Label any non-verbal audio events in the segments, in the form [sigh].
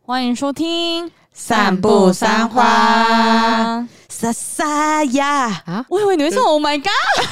欢迎收听《散步三花》。莎莎呀，啊！我以为你会唱 Oh [laughs] my God！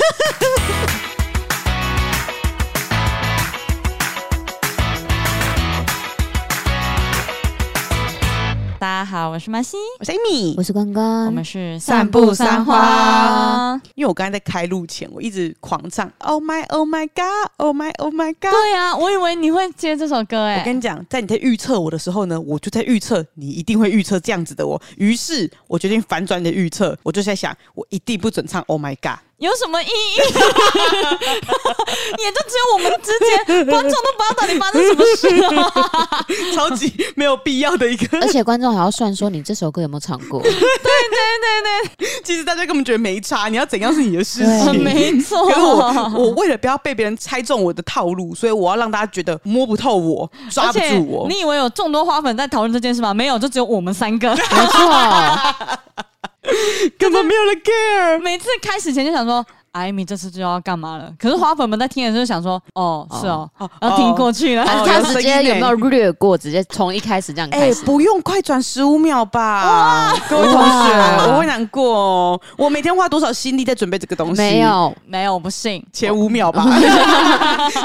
大家好，我是马西，我是 Amy 我。是关关，我们是嗯散步三花。因为我刚才在开录前，我一直狂唱 Oh my Oh my God Oh my Oh my God。对啊，我以为你会接这首歌哎、我跟你讲，在你在预测我的时候呢，我就在预测你一定会预测这样子的我。于是，我决定反转你的预测，我就在想，我一定不准唱 Oh my God。 [laughs] 有什么意义？ [laughs] 也就只有我们之 [laughs] 间，观众都不知道到底发生什么事啊！超级没有必要的一个。 [laughs] 而且观众还要算说你这首歌有没有唱 [laughs] 过，其实大家根本觉得没差，你要怎样是你的事对 [laughs] 情。没错，可是我，我为了不要被别人猜中我的套路，所以我要让大家觉得摸不透我，抓而不且住我。你以为有众多花粉在讨论这件事吗？没有，就只有我们三 [laughs] 个。没错，根本没有人 care。每次开始前就想说。艾米这次就要干嘛了？可是花粉们在听的时候想说，哦，是哦，然后听过去了。还哦是他直接有没有略过，直接从一开始这样哎、开始？不用，快转十五秒吧，各位同学，哇我会难过哦。我每天花多少心力在准备这个东西？没，有，没有，我不信。前五秒 [laughs] 吧，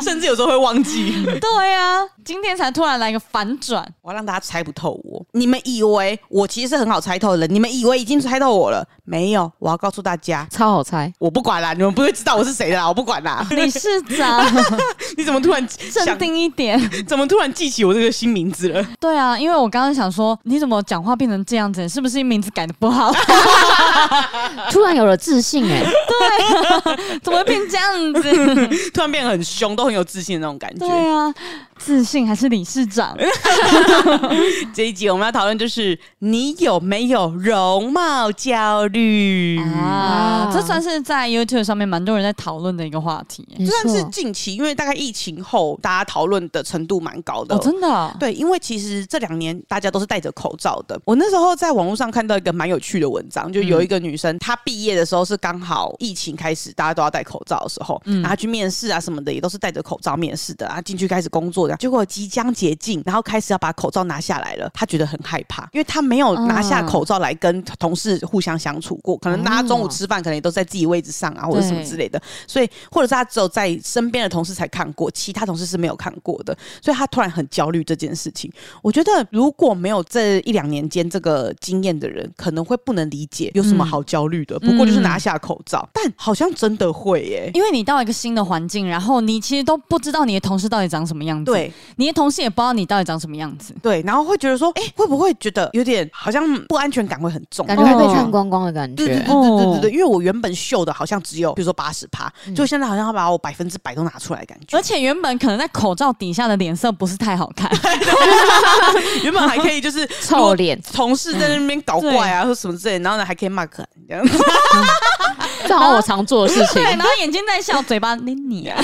甚至有时候会忘记。对啊，今天才突然来一个反 [laughs] 转，我要让大家猜不透我。你们以为我其实是很好猜透的人，你们以为已经猜透我了？没有，我要告诉大家，超好 [laughs] 猜，我不管啦，你们不会知道我是谁的啦，我不管 [laughs] 啦。理事长你怎么突然想 [laughs] 镇？定一点。怎么突然记起我这个新名字了？对啊，因为我刚刚想说，你怎么讲话变成这样子？是不是名字改的不好？ [laughs] 突然有了自信哎、 [laughs] 怎么会变这样子？突然变得很凶，都很有自信的那种感觉。对啊，自信还是理事长？这一集我们要讨论就是你有没有容貌焦虑？啊啊，这算是在 YouTube 上面蛮多人在讨论的一个话题耶。没这算是错，近期，因为大概疫情后，大家讨论的程度蛮高的。哦，真的哦、嗯对，因为其实这两年大家都是戴着口罩的。我那时候在网络上看到一个蛮有趣的文章，就有一个女生，她毕业的时候是刚好疫情开始，大家都要戴口罩的时候，然后她去面试啊什么的，也都是戴着口罩面试的啊，进去开始工作的，结果即将解禁，然后开始要把口罩拿下来了，她觉得很害怕，因为她没有拿下嗯口罩来跟同事互相相处过，可能大家中午吃饭可能也都在自己位置上啊，或者什么对之类的，所以或者是他只有在身边的同事才看过，其他同事是没有看过的，所以他突然很焦虑这件事情。我觉得如果没有这一两年间这个经验的人，可能会不能理解有什么好焦虑的。不过就是拿下口罩，但好像真的会耶、因为你到一个新的环境，然后你其实都不知道你的同事到底长什么样子，，对你的同事也不知道你到底长什么样子。对，然后会觉得说，哎、会不会觉得有点好像不安全感会很重？感觉会被看哦光光的感对对对觉。对对对对，哦因为我原本秀的好像只有比如说八十趴，就现在好像要把我百分之百都拿出来，感觉而且原本可能在口罩底下的脸色不是太好 [laughs] 看，原本还可以就是如臭果脸，同事在那边搞对怪啊，或什么之类的，然后呢还可以骂可爱这样。这好像我常做的事情对，，[laughs] 然后眼睛在笑，嘴巴拎你啊，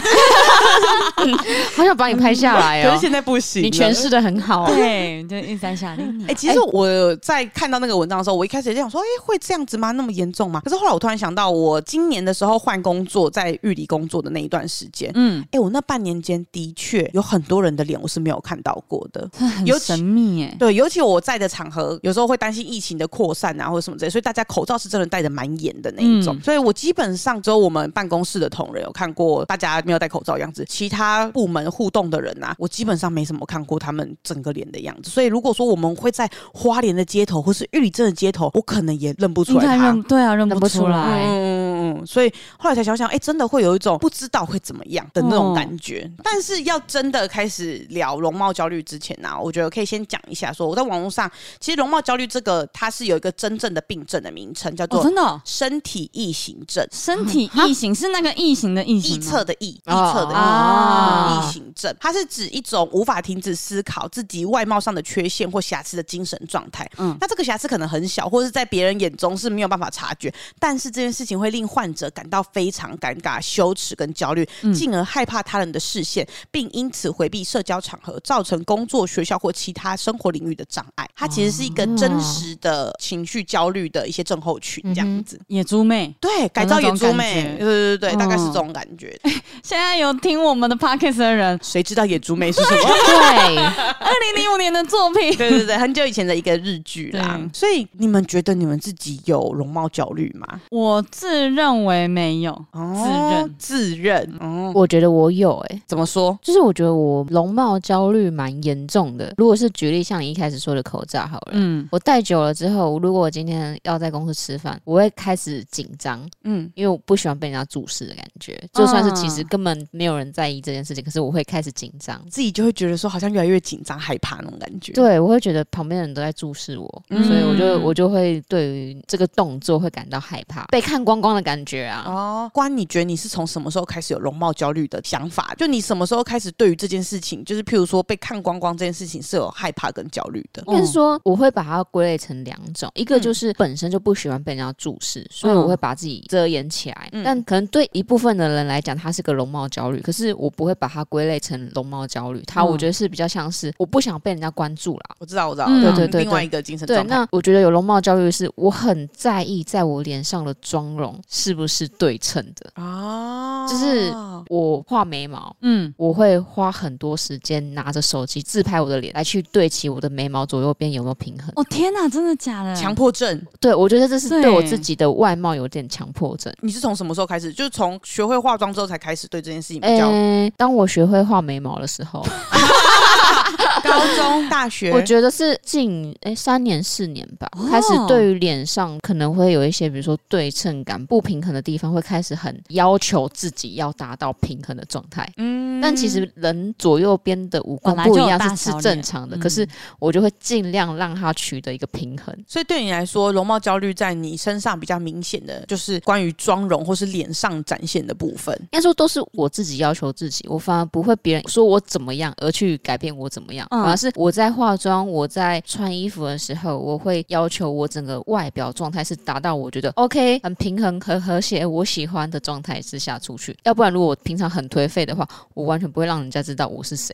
好想把你拍下 [laughs] 来可哦是。现在不行了，你诠释的很好哦，对，就一直在笑拎你啊哎、。其实我在看到那个文章的时候，我一开始也在想说，哎、会这样子吗？那么严重吗？可是后来我突然想到，我今年的时候换工作，在玉里工作的那一段时间，嗯，哎、我那半年间的确有很多人的脸我是没有看到过的。这嗯很尤其神秘耶。对，尤其我在的场合，有时候会担心疫情的扩散啊，或者什么之类，所以大家口罩是真的戴的蛮严的那一种。嗯所以我基本上只有我们办公室的同仁有看过大家没有戴口罩的样子，其他部门互动的人啊，我基本上没什么看过他们整个脸的样子。所以如果说我们会在花莲的街头或是玉里镇的街头，我可能也认不出应来该他认。对啊，认认不不出出来。来嗯，嗯嗯，所以后来才想想，哎、真的会有一种不知道会怎么样的那种感觉。嗯但是要真的开始聊容貌焦虑之前呢、我觉得可以先讲一下说我在网络上，其实容貌焦虑这个它是有一个真正的病症的名称，叫哦，做真的哦、身体异形症，身嗯体异形是那个异形的异臆形吗测的臆，哦哦臆测的臆。啊异形症，它是指一种无法停止思考自己外貌上的缺陷或瑕疵的精神状态。嗯嗯，那这个瑕疵可能很小，或是在别人眼中是没有办法察觉，但是这件事情会令患者感到非常尴尬、羞耻跟焦虑，嗯进而害怕他人的视线，并因此回避社交场合，造成工作、学校或其他生活领域的障碍。它其实是一个真实的情绪焦虑的一些症候群，这样子。野猪妹，对，改造野猪妹哦嗯有那种感，觉对对对对，大概是这嗯种感觉。现在有听我们的 podcast 的人，谁知道野猪妹是什么？对，二零零五年的作品，对对对，很久以前的一个日剧啦。对所以你们觉得你们自己有容貌焦虑吗？我自认为没有，自哦认自认哦，我觉得我有哎、怎么说？就是我觉得我容貌焦虑蛮严重的。如果是举例像你一开始说的口罩好了，嗯，我戴久了之后，如果我今天要在公司吃饭，我会开始紧张，嗯，啊因为我不喜欢被人家注视的感觉。就算是其实根本没有人在意这件事情，可是我会开始紧张。自己就会觉得说好像越来越紧张、害怕那种感觉。，对，我会觉得旁边的人都在注视我，嗯所以我就我就会对于这个动作会感到害怕，被看光光的感觉啊。哦，关，你觉得你是从什么时候开始有容貌焦虑的想法？就你什么时候开始对于这件事情，就是譬如说被看光光这件事情是有害怕跟焦虑的？应该是说，我会把它归类成两种，一个就是本身就不喜欢被人家注视，所以我会把自己遮掩起来。嗯但可能对一部分的人来讲，它是个容貌焦虑，可是我不会把它归类成容貌焦虑，它嗯我觉得是比较像是我不想被人家关注啦。我知道，我知道，嗯我知道对对对另外一个精神对，状态。那我觉得有容貌焦虑的是，我很在意在我脸上的妆容是不是对称的。哦就是我画眉毛，嗯，我会花很多时间拿着手机自拍我的脸，来去对齐我的眉毛左右边有没有平衡。哦天哪，真的假的？强迫症，对，我觉得这是对对我自己的外貌有点强迫症。你是从什么时候开始？就是从学会化妆之后才开始对这件事情比较。诶、当我学会画眉毛的时候，高中、大学，我觉得是近诶三年四年吧，哦开始对于脸上可能会有一些，比如说对称感不平衡的地方，会开始很要求自己要达到平衡的状态。嗯但其实人左右边的五官本来就不一有样大是小是脸嗯正常的，可是我就会尽量让它取得一个平衡。所以对你来说，容貌焦虑在你身上比较明显的，就是关于妆容或是脸上展现的部分。应该说都是我自己要求自己，我反而不会别人说我怎么样而去改变我怎么样，嗯反而是我在化妆、我在穿衣服的时候，我会要求我整个外表状态是达到我觉得 OK、很平衡、很和谐、我喜欢的状态之下出去。要不然，如果我平常很颓废的话，我完全不会让人家知道我是谁。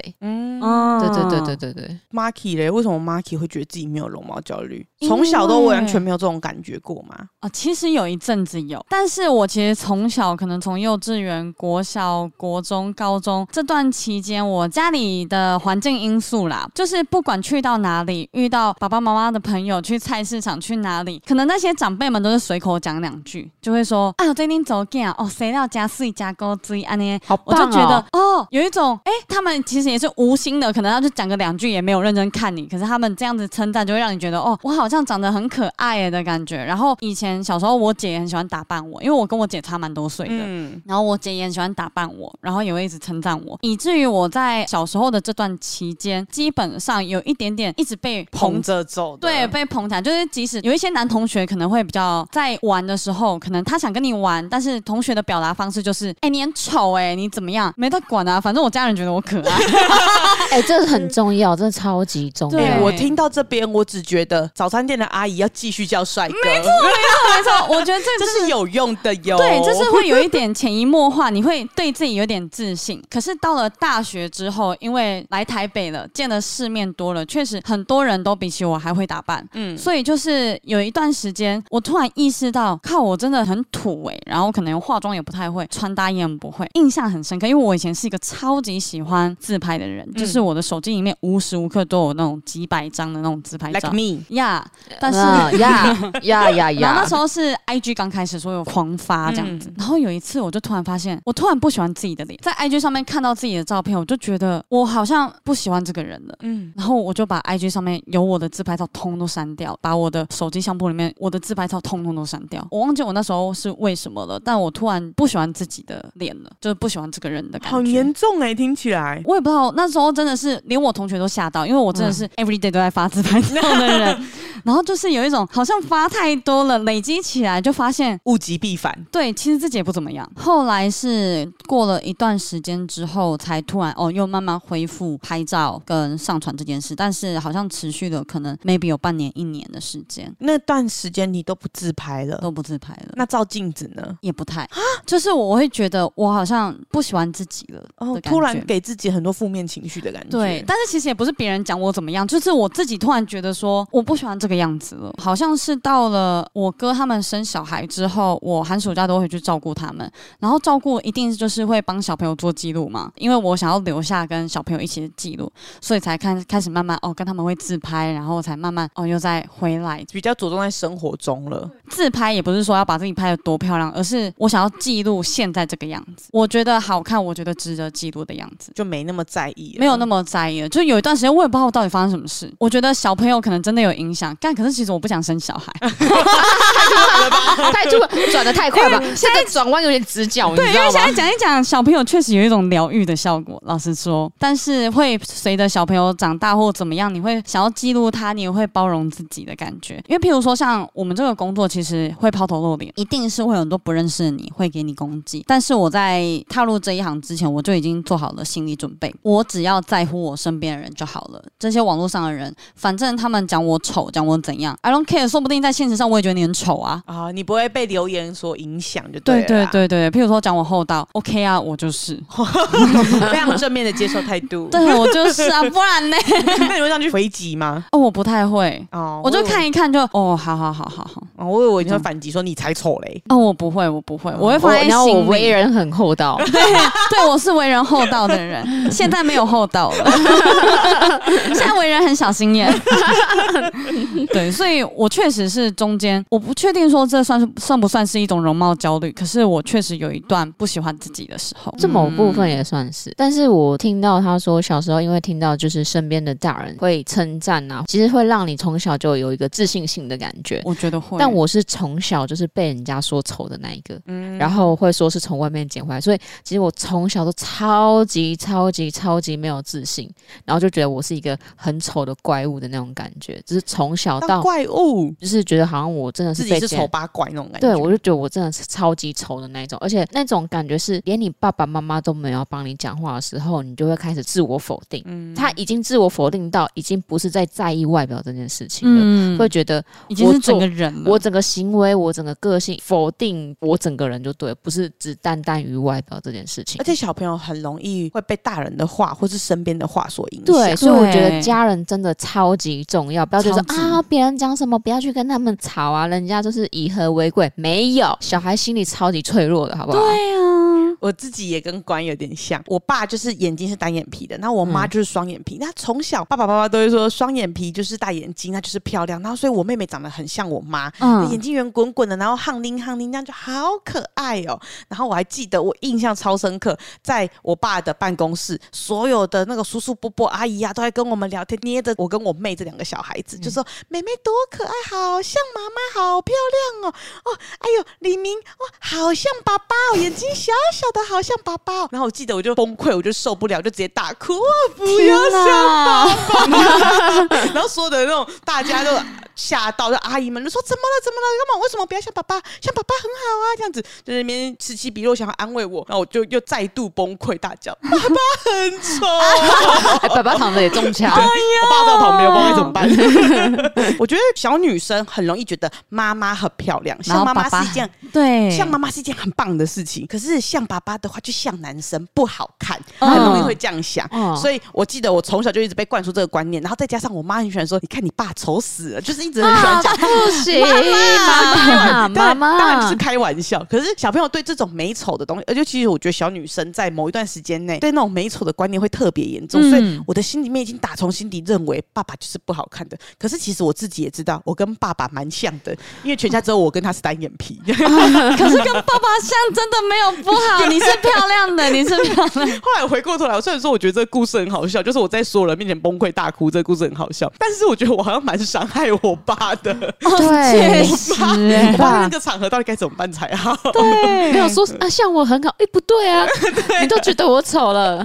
哦对对对对对对， Marky 嘞，为什么 Marky 会觉得自己没有容貌焦虑？因为从小都完全没有这种感觉过吗？哦，其实有一阵子有，但是我其实从小可能从幼稚园、国小、国中、高中这段期间，我家里的环境因素啦，就是不管去到哪里，遇到爸爸妈妈的朋友，去菜市场去哪里，可能那些长辈们都是随口讲两句，就会说：“哎呦，最近走见啊，哦，谁料加水加高追安呢？”好我就棒觉得哦！哦有一种哎、诶他们其实也是无心的，可能他就讲个两句，也没有认真看你，可是他们这样子称赞，就会让你觉得哦，我好像长得很可爱耶的感觉。然后以前小时候，我姐也很喜欢打扮我，因为我跟我姐差蛮多岁的。嗯，然后我姐也很喜欢打扮我，然后也会一直称赞我，以至于我在小时候的这段期间，基本上有一点点一直被捧着走的，对，被捧起来，就是即使有一些男同学可能会比较在玩的时候，可能他想跟你玩，但是同学的表达方式就是，哎、你很丑哎、你怎么样？没得管啊，反正我家人觉得我可爱。哎、这很重要，真的超级重要。对哎我听到这边，我只觉得早餐店的阿姨要继续叫帅哥，没错， [laughs] 没错，我觉得这 [laughs] 这是有用的哟。对，就是会有一点潜移默化，你会对自己有点自信。可是到了大学之后，因为来台北了，见的世面多了，确实很多人都比起我还会打扮。嗯，所以就是有一段时间，我突然意识到，靠，我真的很土哎、然后可能化妆也不太会，穿搭也很不会，印象很深刻。因为我以前是一个超级喜欢自拍的人，就是我的手机里面无时无刻都有那种几百张的那种自拍 like 照。 me，呀但是 [laughs] 嗯呀呀呀然后那呀时！候是 IG 刚开始，所以我狂发这样子。嗯然后有一次，我就突然发现，我突然不喜欢自己的脸，在 IG 上面看到自己的照片，我就觉得我好像不喜欢这个人了。嗯，然后我就把 IG 上面有我的自拍照通都删掉，把我的手机相簿里面我的自拍照通通都删掉。我忘记我那时候是为什么了，但我突然不喜欢自己的脸了，就是不喜欢这个人的感觉。好严重哎、听起来。我也嗯 [laughs] 不知道，那时候真的是连我同学都吓到，因为我真的是 every day 都在发自拍照的人。然后就是有一种好像发太多了，累积起来就发现。物极必反。对，其实自己也不怎么样。后来是过了一段时间之后，才突然哦，又慢慢恢复拍照跟上传这件事，但是好像持续了可嗯能 maybe 有半年一年的时间那段时间你都不自拍了，都不自拍了。那照镜子呢？也不太，就是我会觉得我好像不喜欢自己了的感哦，觉，突然给自己很多负面情绪的感觉。对，但是其实也不是别人讲我怎么样，就是我自己突然觉得说我不喜欢这个样子了。好像是到了我哥他们生小孩之后，我寒暑假都会去照顾他们，然后照顾一定就是会帮小朋友做记录嘛，因为我想要留下跟小朋友一起的记录，所以才看开始慢慢哦跟他们会自拍，然后才慢慢哦又再回来比较着重在生活中了。自拍也不是说要把自己拍的多漂亮，而是我想要记录现在这个样子，我觉得好看，我觉得值得记录的样子。就没那么在意了，没有那么在意了，就有一段时间我也不知道我到底发生什么事。我觉得小朋友可能真的有影响，但可是其实我不想生小孩， [laughs] 太突然转的太快 [laughs] 吧，现在转弯有点直角，你对，知因为道现吗在？讲一讲，小朋友确实有一种疗愈的效果，老实说，但是会随着小朋友长大或怎么样，你会想要记录他，你也会包容自己的感觉。因为譬如说，像我们这个工作，其实会抛头露脸，一定是会有很多不认识的你会给你攻击。但是我在踏入这一行之前，我就已经做好了心理准备，我只要在乎我身边的人就好了。这些网络上的人，反正他们讲我丑，讲我怎样，I don't care，说不定在现实上我也觉得你很丑啊。啊，你不会被留言所影响，就啊对对对了对对，譬如说讲我厚道，OK 啊，我就是，。啦，非常正面的接受态度 [laughs] 对我就是啊，不然 [laughs] 呢？ [laughs] 那你会这样去回击吗？哦，我不太会，哦我就以为看一看就哦，好好好好好。哦我以为你会反击说你才丑嘞，哦，我不会，我不会，我会放在然后我心为里。人很厚道， [laughs] 对，我是为人厚道的 [laughs] 人，现在没有厚道 [laughs] 了，现在为人很小心 [laughs] 眼。对，所以我确实是中间，我不确定说这算是算不算是一种容貌焦虑，可是我确实有一段不喜欢自己的时候。这某部分也算是。但是我听到他说，小时候因为听到就是身边的大人会称赞啊，其实会让你从小就有一个自信心的感觉。嗯我觉得会，但我是从小就是被人家说丑的那一个，然后会说是从外面捡回来，所以其实我从小都超级超级超级没有自信，然后就觉得我是一个很丑的怪物的那种感觉，就是从小当到怪物，就是觉得好像我真的是自被己是捡丑八怪那种感觉。对，我就觉得我真的是超级丑的那一种，而且那种感觉是连你爸爸妈妈都没有帮你讲话的时候，你就会开始自我否定。嗯他已经自我否定到已经不是在在意外表这件事情了，嗯会，觉得已经是我做整个人嗯了。我整个行为、我整个个性否定我整个人就对，不是只单单于外表这件事情而。且小朋友很容易会被大人的话或是身边的话所影响。对，所以我觉得对家人真的超级重要，不要觉得超级啊，别人讲什么不要去跟他们吵啊，人家就是以和为贵，没有小孩心里超级脆弱的，好不好？对啊，我自己也跟关有点像，我爸就是眼睛是单眼皮的，那我妈就是双眼皮。那从小爸爸妈妈都会说双眼皮就是大眼睛，那就是漂亮。然后所以我妹妹长得很像我妈，眼嗯，睛圆滚滚的，然后汗淋汗淋，那样就好可爱哦。然后我还记得，我印象超深刻，在我爸的办公室，所有的那个叔叔伯伯阿姨啊，都在跟我们聊天，捏着我跟我妹这两个小孩嗯子，就说：“妹妹多可爱，好像妈妈，好漂亮哦！哦，哎呦，李明，哦，好像爸爸哦，眼睛小小的，好像爸爸、哦。”然后我记得我就崩溃，我就受不了，就直接大哭，我不要天想哪！ [laughs] 然后所有的那种大家都吓到，就阿姨们就说怎么了怎么了，干嘛为什么不要像爸爸？像爸爸很好啊，这样子就在那边此起彼落，想要安慰我，然后我就又再度崩溃大叫，爸爸很丑，哎， [laughs] 爸爸躺着也中枪。我爸在旁边，我不知道该怎么办。 [laughs] 我觉得小女生很容易觉得妈妈很漂亮，像妈然妈后爸爸是一件。嗯对，像妈妈是一件很棒的事情，可是像爸爸的话，就像男生不好看，哦嗯很容易会这样想。嗯所以我记得我从小就一直被灌输这个观念，然后再加上我妈很喜欢说：“你看你爸丑死了”，就是一直很喜欢啊讲。，不行，妈妈，当妈 [laughs] 然当然妈是，开玩笑。可是小朋友对这种美丑的东西，而且其实我觉得小女生在某一段时间内对那种美丑的观念会特别严重，嗯所以我的心里面已经打从心底认为爸爸就是不好看的。可是其实我自己也知道，我跟爸爸蛮像的，因为全家只有我跟他是单眼皮。 [laughs] 可是跟爸爸像真的没有不 [laughs] 好，你是漂亮的，你是漂亮 [laughs] 的。后来回过头来，我虽然说我觉得这个故事很好笑，就是我在所有人面前崩溃大哭，这个故事很好笑，但是我觉得我好像蛮伤害我爸的， [laughs] 哦确对，实欸，我爸那个场合到底该怎么办才好？对，没有说啊，像我很好，哎、不 [laughs] 对啊，你都觉得我丑 [laughs] 了，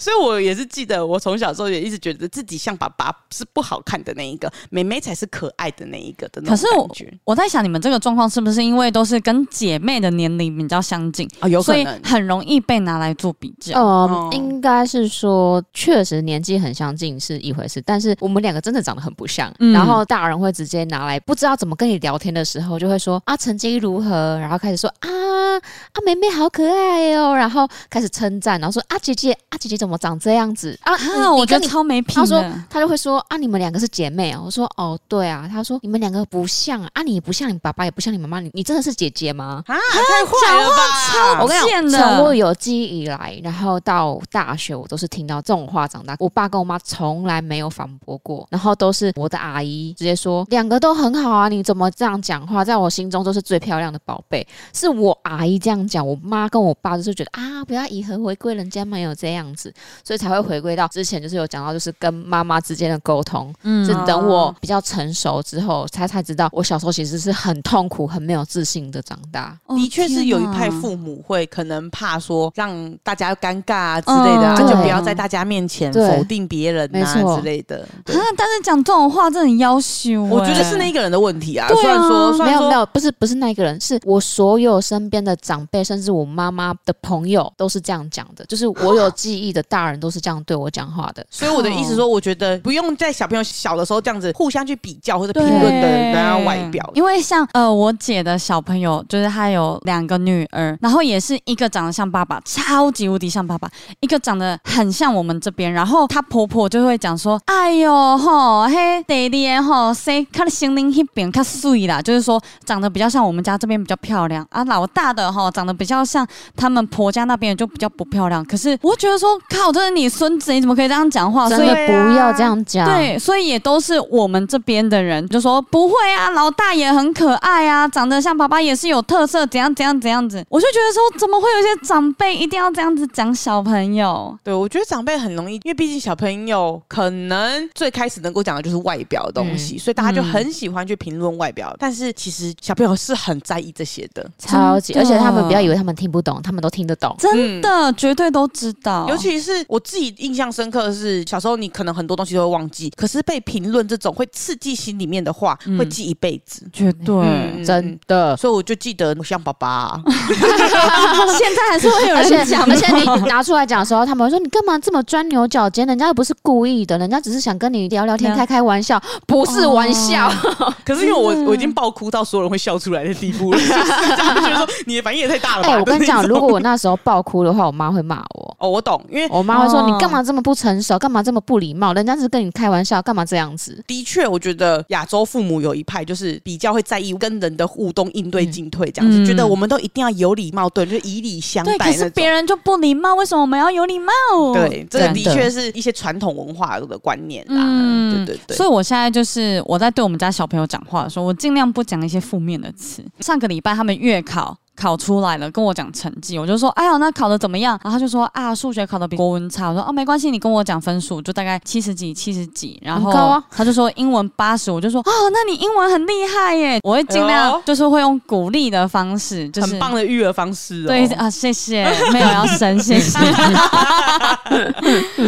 所以我也是记得，我从小时候也一直觉得自己像爸爸是不好看的那一个，妹妹才是可爱的那一个的那可是种我感觉我在想，你们这个状况是不是因为都是跟姐妹的年龄比较相近，啊、有所以很容易被拿来做比较？嗯，应该是说确实年纪很相近是一回事，但是我们两个真的长得很不像。嗯然后大人会直接拿来不知道怎么跟你聊天的时候，就会说啊成绩如何，然后开始说啊啊妹妹好可爱哦，然后开始称赞，然后说啊姐姐啊姐姐怎么长这样子啊？你啊，我你觉跟得你超没品他说的。他就会说啊，你们两个是姐妹啊。我说哦，对啊。他说你们两个不像啊，啊你也不像你爸爸，也不像你妈妈，你你真的是姐姐吗？啊，太坏了吧！我跟贱你的讲，从我有记忆以来，然后到大学，我都是听到这种话长大。我爸跟我妈从来没有反驳过，然后都是我的阿姨直接说两个都很好啊，你怎么这样讲话？在我心中都是最漂亮的宝贝，是我阿姨这样讲，我妈跟我爸就是觉得啊，不要以和为贵，人家没有这样子，所以才会回归到之前就是有讲到，就是跟妈妈之间的沟通，嗯是等我比较成熟之后，他才知道我小时候其实是很痛苦、很没有自信的长大。哦的确是有一派天哪父母会可能怕说让大家尴尬啊之类的、啊，嗯就对不要在大家面前对否定别人没啊错之类的。对啊，但是讲这种话真的很要欸羞、我觉得是那个人的问题啊。嗯对啊虽然说，虽没然有说没有，不是不是那一个人，是我所有身边的长辈，甚至我妈妈的朋友都是这样讲的，就是我有记忆的大人都是这样对我讲话的。所以我的意思说，我觉得不用在小朋友小的时候这样子互相去比较或者评论对的人家外表。因为像呃，我姐的小朋友，就是她有两个女儿，然后也是一个长得像爸爸，超级无敌像爸爸，一个长得很像我们这边。然后她婆婆就会讲说：“哎呦吼，嘿爹爹吼，谁看心灵一边看碎啦，就是说长得比较像我们家这边比较漂亮啊，老大的吼长得比较像他们婆家那边就比较不漂亮。可是我会觉得说，靠，这是你孙子，你怎么可以这样讲话？真哦所以啊的不要这样讲。对，所以也都是我们这边的人就说不会啊，老大也很可爱啊，长得像爸爸也是有特色，怎样怎样怎样子。我就觉得说，怎么会有一些长辈一定要这样子讲小朋友？对，我觉得长辈很容易，因为毕竟小朋友可能最开始能够讲的就是外表的东嗯西，所以大家就很喜欢去评论外表。但是其实小朋友是很在意这些的，超级，真而的且他们不要以为他们听不懂，他们都听得懂。真的、哦绝对都知道，嗯尤其是我自己印象深刻的是，小时候你可能很多东西都会忘记，可是被评论这种会刺激心里面的话，嗯会记一辈子。绝对。嗯真的，所以我就记得我像爸爸啊、嗯 [laughs] 现在还是会有而且人讲，而且你拿出来讲的时候，他们会说你干嘛这么钻牛角尖？人家又不是故意的，人家只是想跟你聊聊天、聊哦开开玩笑，不是玩笑。 [laughs] 可是因为我我已经爆哭到所有人会笑出来的地 [laughs] 步了，就是大家就觉得说你的反应也太大了吧。哎、我跟你的那讲，种如果我那时候爆哭的话，我妈会骂我。 [laughs] 哦，我懂，因为我妈会说：“哦你干嘛这么不成熟？干嘛这么不礼貌？人家只是跟你开玩笑，干嘛这样 [laughs] 子的确，我觉得亚洲父母有一派就是比较会在意跟人的互动、应对、进退这样子，嗯觉得我们都一定要有礼貌，对，就是以礼相 [laughs] 对，可待是那别种。人就不礼貌，为什么我们要有礼貌？对，这个的真的确是一些传统文化的观念啦。嗯对对对。所以我现在就是我在对我们家小朋友讲话的时候，我尽量不讲一些负面的词。上个礼拜他们月考。考出来了，跟我讲成绩，我就说，哎呀，那考的怎么样？然后他就说，啊，数学考的比国文差。我说，哦，没关系，你跟我讲分数，就大概 [laughs] 七十几、七十几。然后很高啊他就说英文八十，我就说，哦，那你英文很厉害耶。我会尽哎量呦就是会用鼓励的方式，就是很棒的育儿方式哦，对啊，谢谢，没有要生，谢 [laughs] 谢。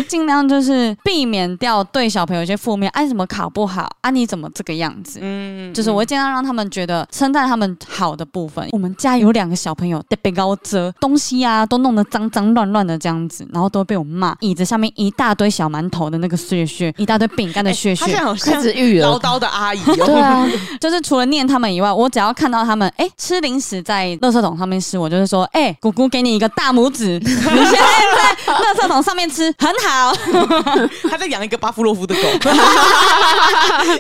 尽量就是避免掉对小朋友一些负面，哎、怎么考不好啊？你怎么这个样子？嗯，就是我会尽量让他们觉得称赞他们好的部分。我们家有两个小朋友特别高遮，东西啊都弄得脏脏乱乱的这样子，然后都被我骂。椅子下面一大堆小馒头的那个屑屑，一大堆饼干的屑哎他屑，现在好？”开像始育唠儿，叨的阿姨哦，对啊，就是除了念他们以外，我只要看到他们哎、吃零食在垃圾桶上面吃，我就是说哎、姑姑给你一个大拇 [laughs] 指，你现在在垃圾桶上面吃很好。 [laughs] 他在养一个巴夫洛 [laughs] 夫的狗，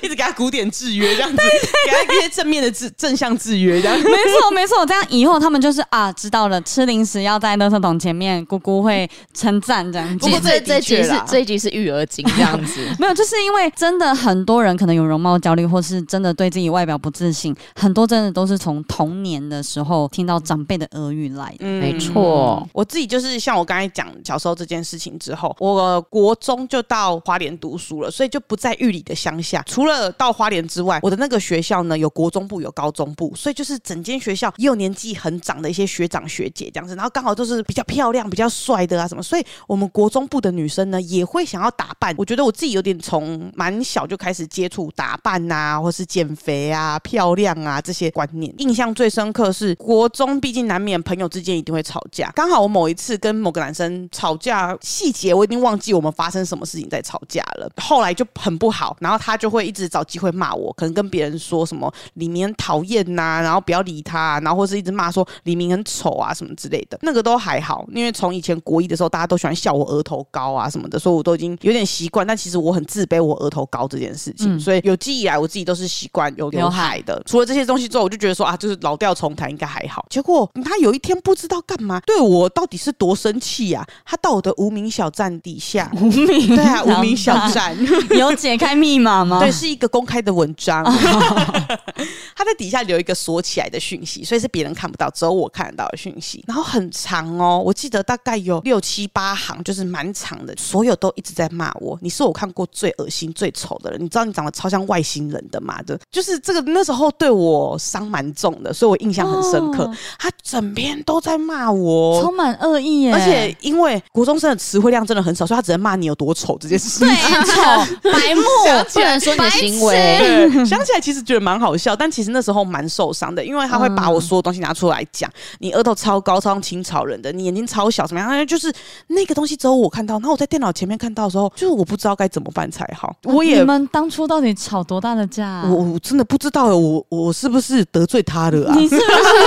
一直给他古典制约这样子，给他一些正面的制正向制约这样。没错没错，这样以以后他们就是啊，知道了，吃零食要在垃圾桶前面，姑姑会称赞这样子不。过这的这这确集是啦这一集是育儿经这样子，没有，就是因为真的很多人可能有容貌焦虑，或是真的对自己外表不自信，很多真的都是从童年的时候听到长辈的耳语来的。嗯 [laughs] 没错。我自己就是像我刚才讲小时候这件事情之后，我国中就到花莲读书了，所以就不在玉里的乡下。除了到花莲之外，我的那个学校呢有国中部有高中部，所以就是整间学校也有年纪很长的一些学长学姐这样子，然后刚好都是比较漂亮、比较帅的啊什么，所以我们国中部的女生呢也会想要打扮。我觉得我自己有点从蛮小就开始接触打扮啊，或是减肥啊、漂亮啊这些观念。印象最深刻是国中，毕竟难免朋友之间一定会吵架。刚好我某一次跟某个男生吵架，细节我已经忘记我们发生什么事情在吵架了，后来就很不好，然后他就会一直找机会骂我，可能跟别人说什么李明很讨厌呐，然后不要理他、然后或是一直骂说李明很丑啊什么之类的，那个都还好，因为从以前国一的时候，大家都喜欢笑我额头高啊什么的，所以我都已经有点习惯。但其实我很自卑，我额头高这件事嗯情，所以有记忆以来，我自己都是习惯有刘刘海的。除了这些东西之后，我就觉得说啊，就是老调重弹，应该还好。结果嗯他有一天不知道干嘛，对我到底是多生气啊！他到我的无名小站底 [laughs] 下，无名对啊，无名小小站。有解开密码吗？对，是一个公开的文 [laughs] 章，他在底下留一个锁起来的讯息，所以是别人看不到，只有我看得到的讯息。然后很长哦，我记得大概有六七八行，就是蛮长的，所有都一直在骂我，你是我看过最恶心、最丑的人，你知道你长得超像外星人的嘛？的，就是这个那时候对我伤蛮重的，所以我印象很深刻。哦他整篇都在骂我，充满恶意耶，而且因为国中生的词汇量真的很少，所以他只能骂你有多丑这件事情。啊丑白 [laughs] 目，想不能说你的行为。 [laughs] 对，想起来其实觉得蛮好笑，但其实那时候蛮受伤的，因为他会把我所有东西拿出来讲，嗯你额头超高，超像清朝人的，你眼睛超小，怎么样？就是那个东西只有我看到，然后我在电脑前面看到的时候，就是我不知道该怎么办才好，我也你。们当初到底吵多大的架啊、我我真的不知道哎我我是不是得罪他了啊？你是不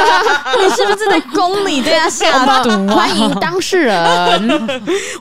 是你是不是在宫里对他 [laughs] 下毒啊？欢迎当事人，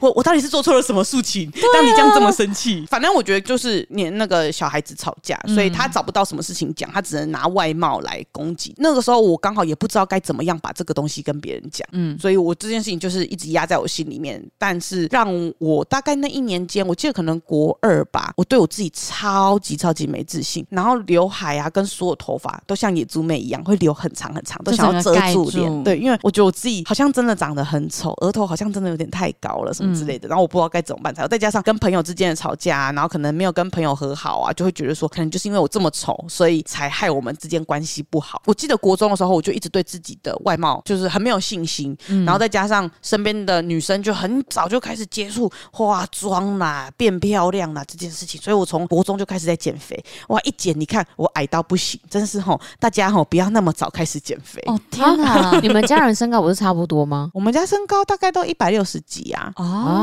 我我到底是做错了什么事情，啊让你这样这么生气？反正我觉得就是你那个小孩子吵架，嗯所以他找不到什么事情讲，他只能拿外貌来攻击。那个时候我刚好也不知道该怎么样把这个东西跟别人讲，嗯，所以我这件事情就是一直压在我心里面。但是让我大概那一年间，我记得可能国二吧，我对我自己超级超级没自信，然后刘海啊跟所有头发都像野猪妹一样会留很长很长，都就想要整遮个盖住脸，住对，因为我觉得我自己好像真的长得很丑，额头好像真的有点太高了什么之类的，嗯然后我不知道该怎么办才好。再加上跟朋友之间的吵架、啊，然后可能没有跟朋友和好啊，就会觉得说，可能就是因为我这么丑，所以才害我们之间关系不好。我记得国中的时候，我就一直对自己的外貌就是很没有信心，嗯然后再加上身边的女生就很早就开始接触化妆啦、变漂亮啦这件事情，所以我从国中就开始在减肥。哇，一减你看我矮到不行，真是吼，大家吼不要那么早开始减肥。哦天哪！你们家人身高不是差不多吗？我们家身高大概都一百六十几啊。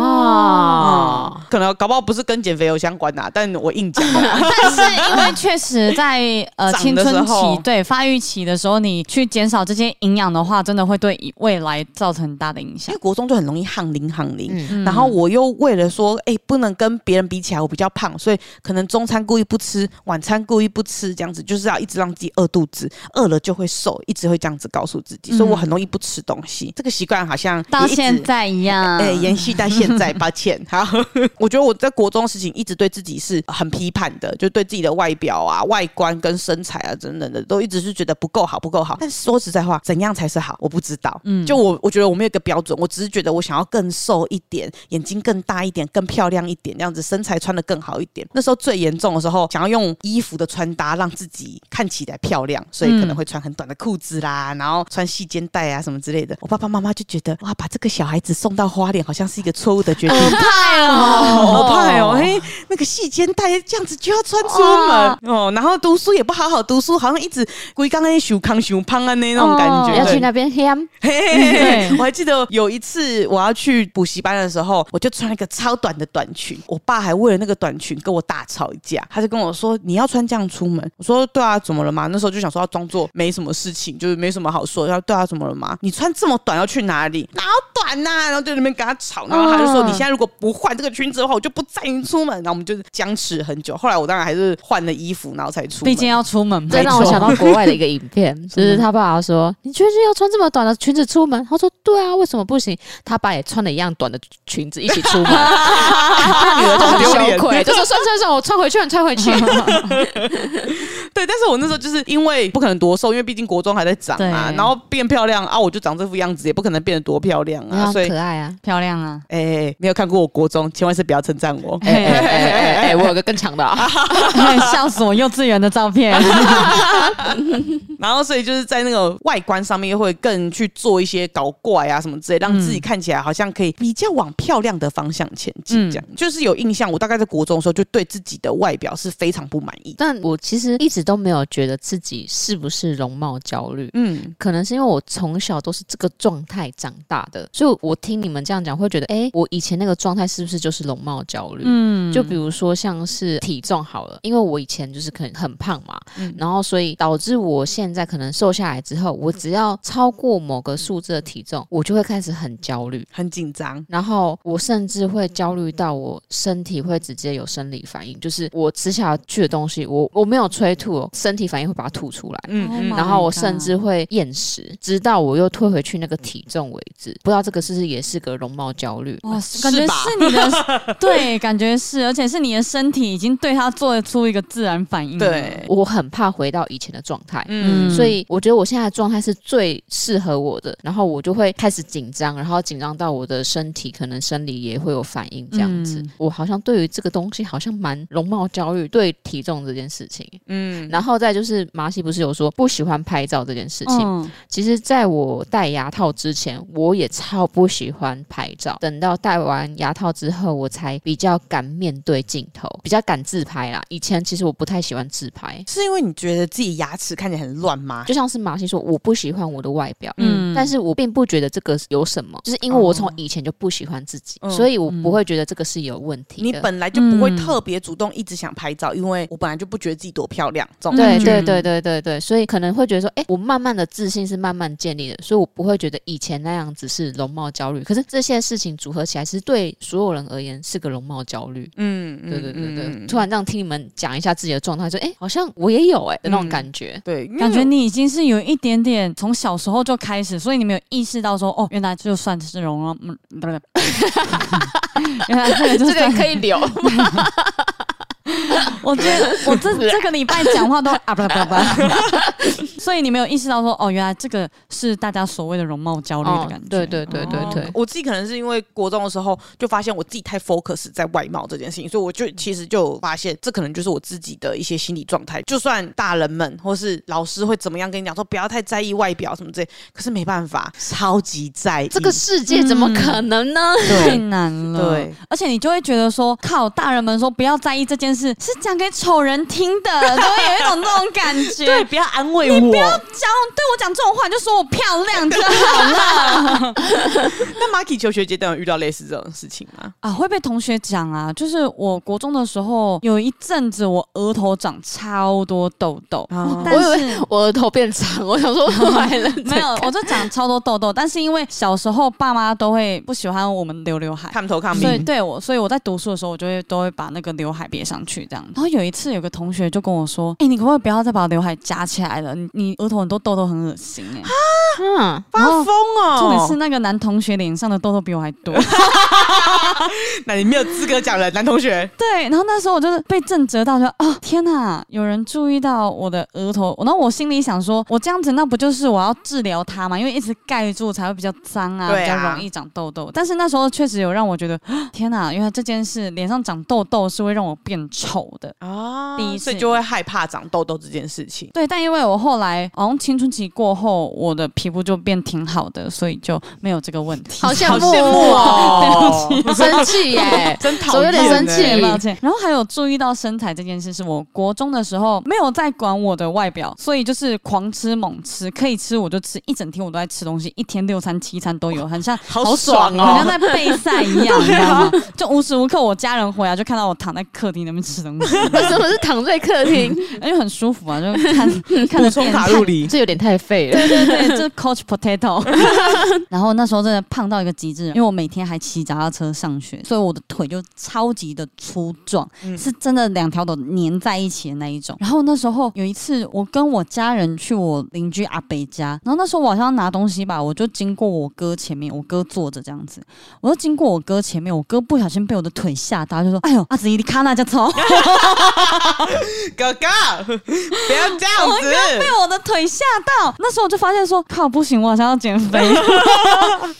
哦，嗯，可能搞不好不是跟减肥有相关呐、但我硬讲的啦但是因为确实在呃长青的时春候期对发育期的时候，你去减少这些营养的话，真的会对未来造成很大的影因响为。国中就很容易汗淋汗淋，嗯，然后我又为了说，哎、不能跟别人比起来，我比较胖，所以可能中餐故意不吃，晚餐故意不吃，这样子就是要一直让自己饿肚子，饿了就会瘦，一直会这样子告诉自己，所以我很容易不吃东西。这个习惯好像嗯到也一直现在一样，哎、延续到现 [laughs] 在，抱歉。好，我觉得我在国中的事情一直对自己是很批判的，就对自己的外表啊、外观跟身材啊等等的，都一直是觉得不够好，不够好。但说实在话，怎样才是好，我不知道。嗯，就我我觉得我没有一个标准，我只是觉得我想要更瘦一点，眼睛更大一点，更漂亮一点，这样子身材穿的更好一点。那时候最严重的时候，想要用衣服的穿搭让自己看起来漂亮，所以可能会穿很短的裤子啦，然后穿细肩带啊什么之类的。我爸爸妈妈就觉得哇，把这个小孩子送到花莲好像是一个错误的决定。派哦，好怕哦！哎、那个细肩带这样子就要穿出门哦然后读书也不好好读书，好像一直龟刚那熊康熊胖啊那那种感哦觉。要对去那边 [laughs] ham，嘿对我还记得有一次我要去补习班的时候，我就穿了一个超短的短裙，我爸还为了那个短裙跟我大吵一架，他就跟我说：“你要穿这样出门？”我说：“对啊，怎么了嘛？”那时候就想说要装作没什么事情，就是没什么好说。然后对啊，怎么了嘛？你穿这么短要去哪里？哪有短呐、然后就在那边跟他吵，然后他就说：“嗯你现在如果不换这个裙子的话，我就不载你出门。”然后我们就是僵持很久。后来我当然还是换了衣服，然后才出门。毕竟要出门嘛，这让让我想到国外的一个影 [laughs] 片，就是他爸爸说：“你确定要穿这么短的裙子出门？”他说：“对啊，为什么不行？”他爸也穿了一样短的裙子一起 [laughs] 出门，他女儿 [laughs] 就很羞愧，就说：“算算算，我穿回去，你穿回 [laughs] 去。对，但是我那时候就是因为不可能多瘦，因为毕竟国中还在长啊，对然后变漂亮啊，我就长这副样子，也不可能变得多漂亮”然啊，后所以可爱啊！漂亮啊！哎、没有看过我国中，千万是不要称赞我。哎哎哎哎哎哎，我有个更长的啊！笑死我！幼稚园的照片，然后，所以就是在那个外观上面会更去做一些搞怪啊什么之类，让自己看起来好像可以比较往漂亮的方向前进。这样、就是有印象，我大概在国中的时候就对自己的外表是非常不满意。 [laughs] 但我其实一直都没有觉得自己是不是容貌焦虑，嗯，可能是因为我从小都是这个状态长大的，所以我听你们这样讲，会觉得，哎、我以前那个状态是不是就是容貌焦虑？嗯，就比如说像是体重好了，因为我以前就是可能很胖嘛，然后所以导致我现在可能瘦下来之后，我只要超过某个数字的体重，我就会开始很焦虑。很紧张。然后我甚至会焦虑到我身体会直接有生理反应，就是我吃下去的东西，我我没有催吐哦，身体反应会把它吐出来。嗯 Oh my 然后我甚至会厌食，直到我又退回去那个体重为止。不知道这个是不是也是个容貌焦虑？哇，感觉是你 [laughs] 的，对，感觉是，而且是你的身体已经对它做出一个自然反应。，嗯对，我很怕回到以前的状态。嗯所以我觉得我现在的状态是最适合我的，然后我就会开始紧张，然后紧张到我的身体可能生理也会有反应这样子。嗯我好像对于这个东西好像蛮容貌焦虑，对体重这件事情，嗯，然后再就是麻西不是有说不喜欢拍照这件事情，嗯，其实，在我戴牙套之前，我也超不喜欢拍照。等到戴完牙套之后，我才比较敢面对镜头，比较敢自拍啦。以前其实我不太喜欢自拍，是因为你觉得自己牙齿看起来很乱吗？就像是马西说，我不喜欢我的外表。嗯但是我并不觉得这个有什么，就是因为我从以前就不喜欢自己，哦嗯所以我不会觉得这个是有问题你的。本来就不会特别主动一直想拍照，因为我本来就不觉得自己多漂亮。这种对嗯对对对对对，所以可能会觉得说，哎、我慢慢的自信是慢慢建立的，所以我不会觉得以前那样子是容貌焦虑。可是这些事情组合起来，其实对所有人而言是个容貌焦虑。嗯，嗯对对对对，嗯突然这样听你们讲一下自己的状态，说，哎、好像我也有哎、的那种感觉。对，因为感觉你已经是有一点点从小时候就开始，所以你没有意识到说，哦，原来就算是容貌，嗯，不是， [laughs] 原来这个就 [laughs] 这个算。可以 [laughs] 留，我觉 [laughs] 得我这这个礼拜讲话都啊不不不， [laughs] 所以你没有意识到说，哦，原来这个是大家所谓的容貌焦虑的哦感觉。对对对对对哦，我自己可能是因为国中的时候就发现我自己太 focus 在外貌这件事情，所以我就其实就有发现这可能就是我自己的一些心理状态。就算大人们或是老师会怎么样跟你讲说不要太在意外表什么之类，可是没办法，超级在意这个世界怎么可能呢？ [laughs] 太对。难了，对，而且你就会觉得说，靠，大人们说不要在意这件事，是讲给丑人听的， [laughs] 都会有一种那种感觉。对对，不要安慰我。我讲这种话，你就说我漂亮就好了 [laughs] 那 Marky 求学阶段有遇到类似这种事情吗？啊！会被同学讲啊，就是我国中的时候有一阵子，我额头长超多痘痘，啊但我以是我额头变长，我想 [laughs] 说我还能没有， [laughs] 我就长超多痘痘，但是因为小时候爸妈都会不喜欢我们留刘海，看头看所以命，对我，所以我在读书的时候，我就会都会把那个刘海别上去这样。然后有一次，有个同学就跟我说：“哎、你可不可以不要再把刘海夹起来了？你你额头很多痘痘，很恶心哎、嗯，发疯哦！重点是那个男同学脸上的痘痘比我还 [laughs] 多。那你没有资格讲了，男同学。对，然后那时候我就是被震折到就，啊天哪，有人注意到我的额头。然后我心里想说，我这样子那不就是我要治疗它嘛？因为一直盖住才会比较脏啊，对啊比较容易长痘痘。但是那时候确实有让我觉得，啊天哪，原来这件事脸上长痘痘是会让我变丑的。啊第一次所以就会害怕长痘痘这件事情。对，但因为我后来好像青春期过后，我的皮肤就变挺好的，所以就没有这个问题。好羡好慕羡慕哦！对不起，，生气耶 [laughs] 真讨我厌有欸，点生对气抱歉。然后还有注意到身材这件事，是我国中的时候没有在管我的外表，所以就是狂吃猛吃，可以吃我就吃，一整天我都在吃东西，一天六餐七餐都有，很像好好爽哦啊好像在备赛一 [laughs] 样，你知道吗？就无时无刻我家人回来就看到我躺在客厅那边吃东西，哎为什么是躺在客厅？因为很舒服啊，就看看着 [laughs] 补充电卡视路里。 [laughs] 这有点太废了。对对对，就 Coach Potato，然后那时候真的胖到一个极致，因为我每天还骑脚踏车上学，所以我的腿就超级的粗壮，是真的两条都粘在一起的那一种。然后那时候有一次，我跟我家人去我邻居阿北家，然后那时候我好像要拿东西吧，我就经过我哥前面，我哥坐着这样子，我就经过我哥前面，我哥不小心被我的腿吓到，他就说：“哎呦，阿紫你看那家超。”哥哥，不要这样子。被我的腿吓到。那时候我就发现说，靠，不行，我好像要减肥。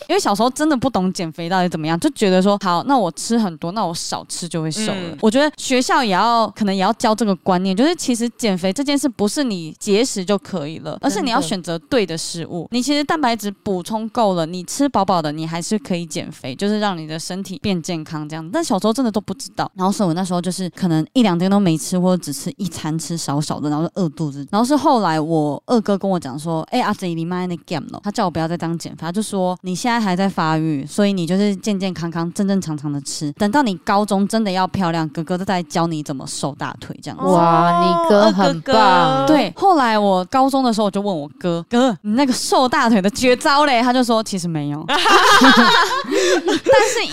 因为小时候真的不懂减肥到底怎么样，就觉得说，好，那我吃很多，那我少吃就会瘦了。嗯我觉得学校也要可能也要教这个观念，就是其实减肥这件事不是你节食就可以了，而是你要选择对的食物。你其实蛋白质补充够了，你吃饱饱的，你还是可以减肥，就是让你的身体变健康这样。但小时候真的都不知道，然后所以我那时候就是可能一两天都没吃，或者只吃一餐吃少少的，然后就饿肚子。然后是后来我二哥跟我讲说，哎、阿贼你妈那 game 了，他叫我不要再当减肥，他就说你现在还在发育，所以你就是健健康康、正正常常的吃，等到你高中真的要漂亮，哥哥再教你怎么瘦大腿这样子。哦哇你哥很嗯棒。对，后来我高中的时候，我就问我哥，哥，你那个瘦大腿的绝招嘞？他就说其实没有， [laughs] 但是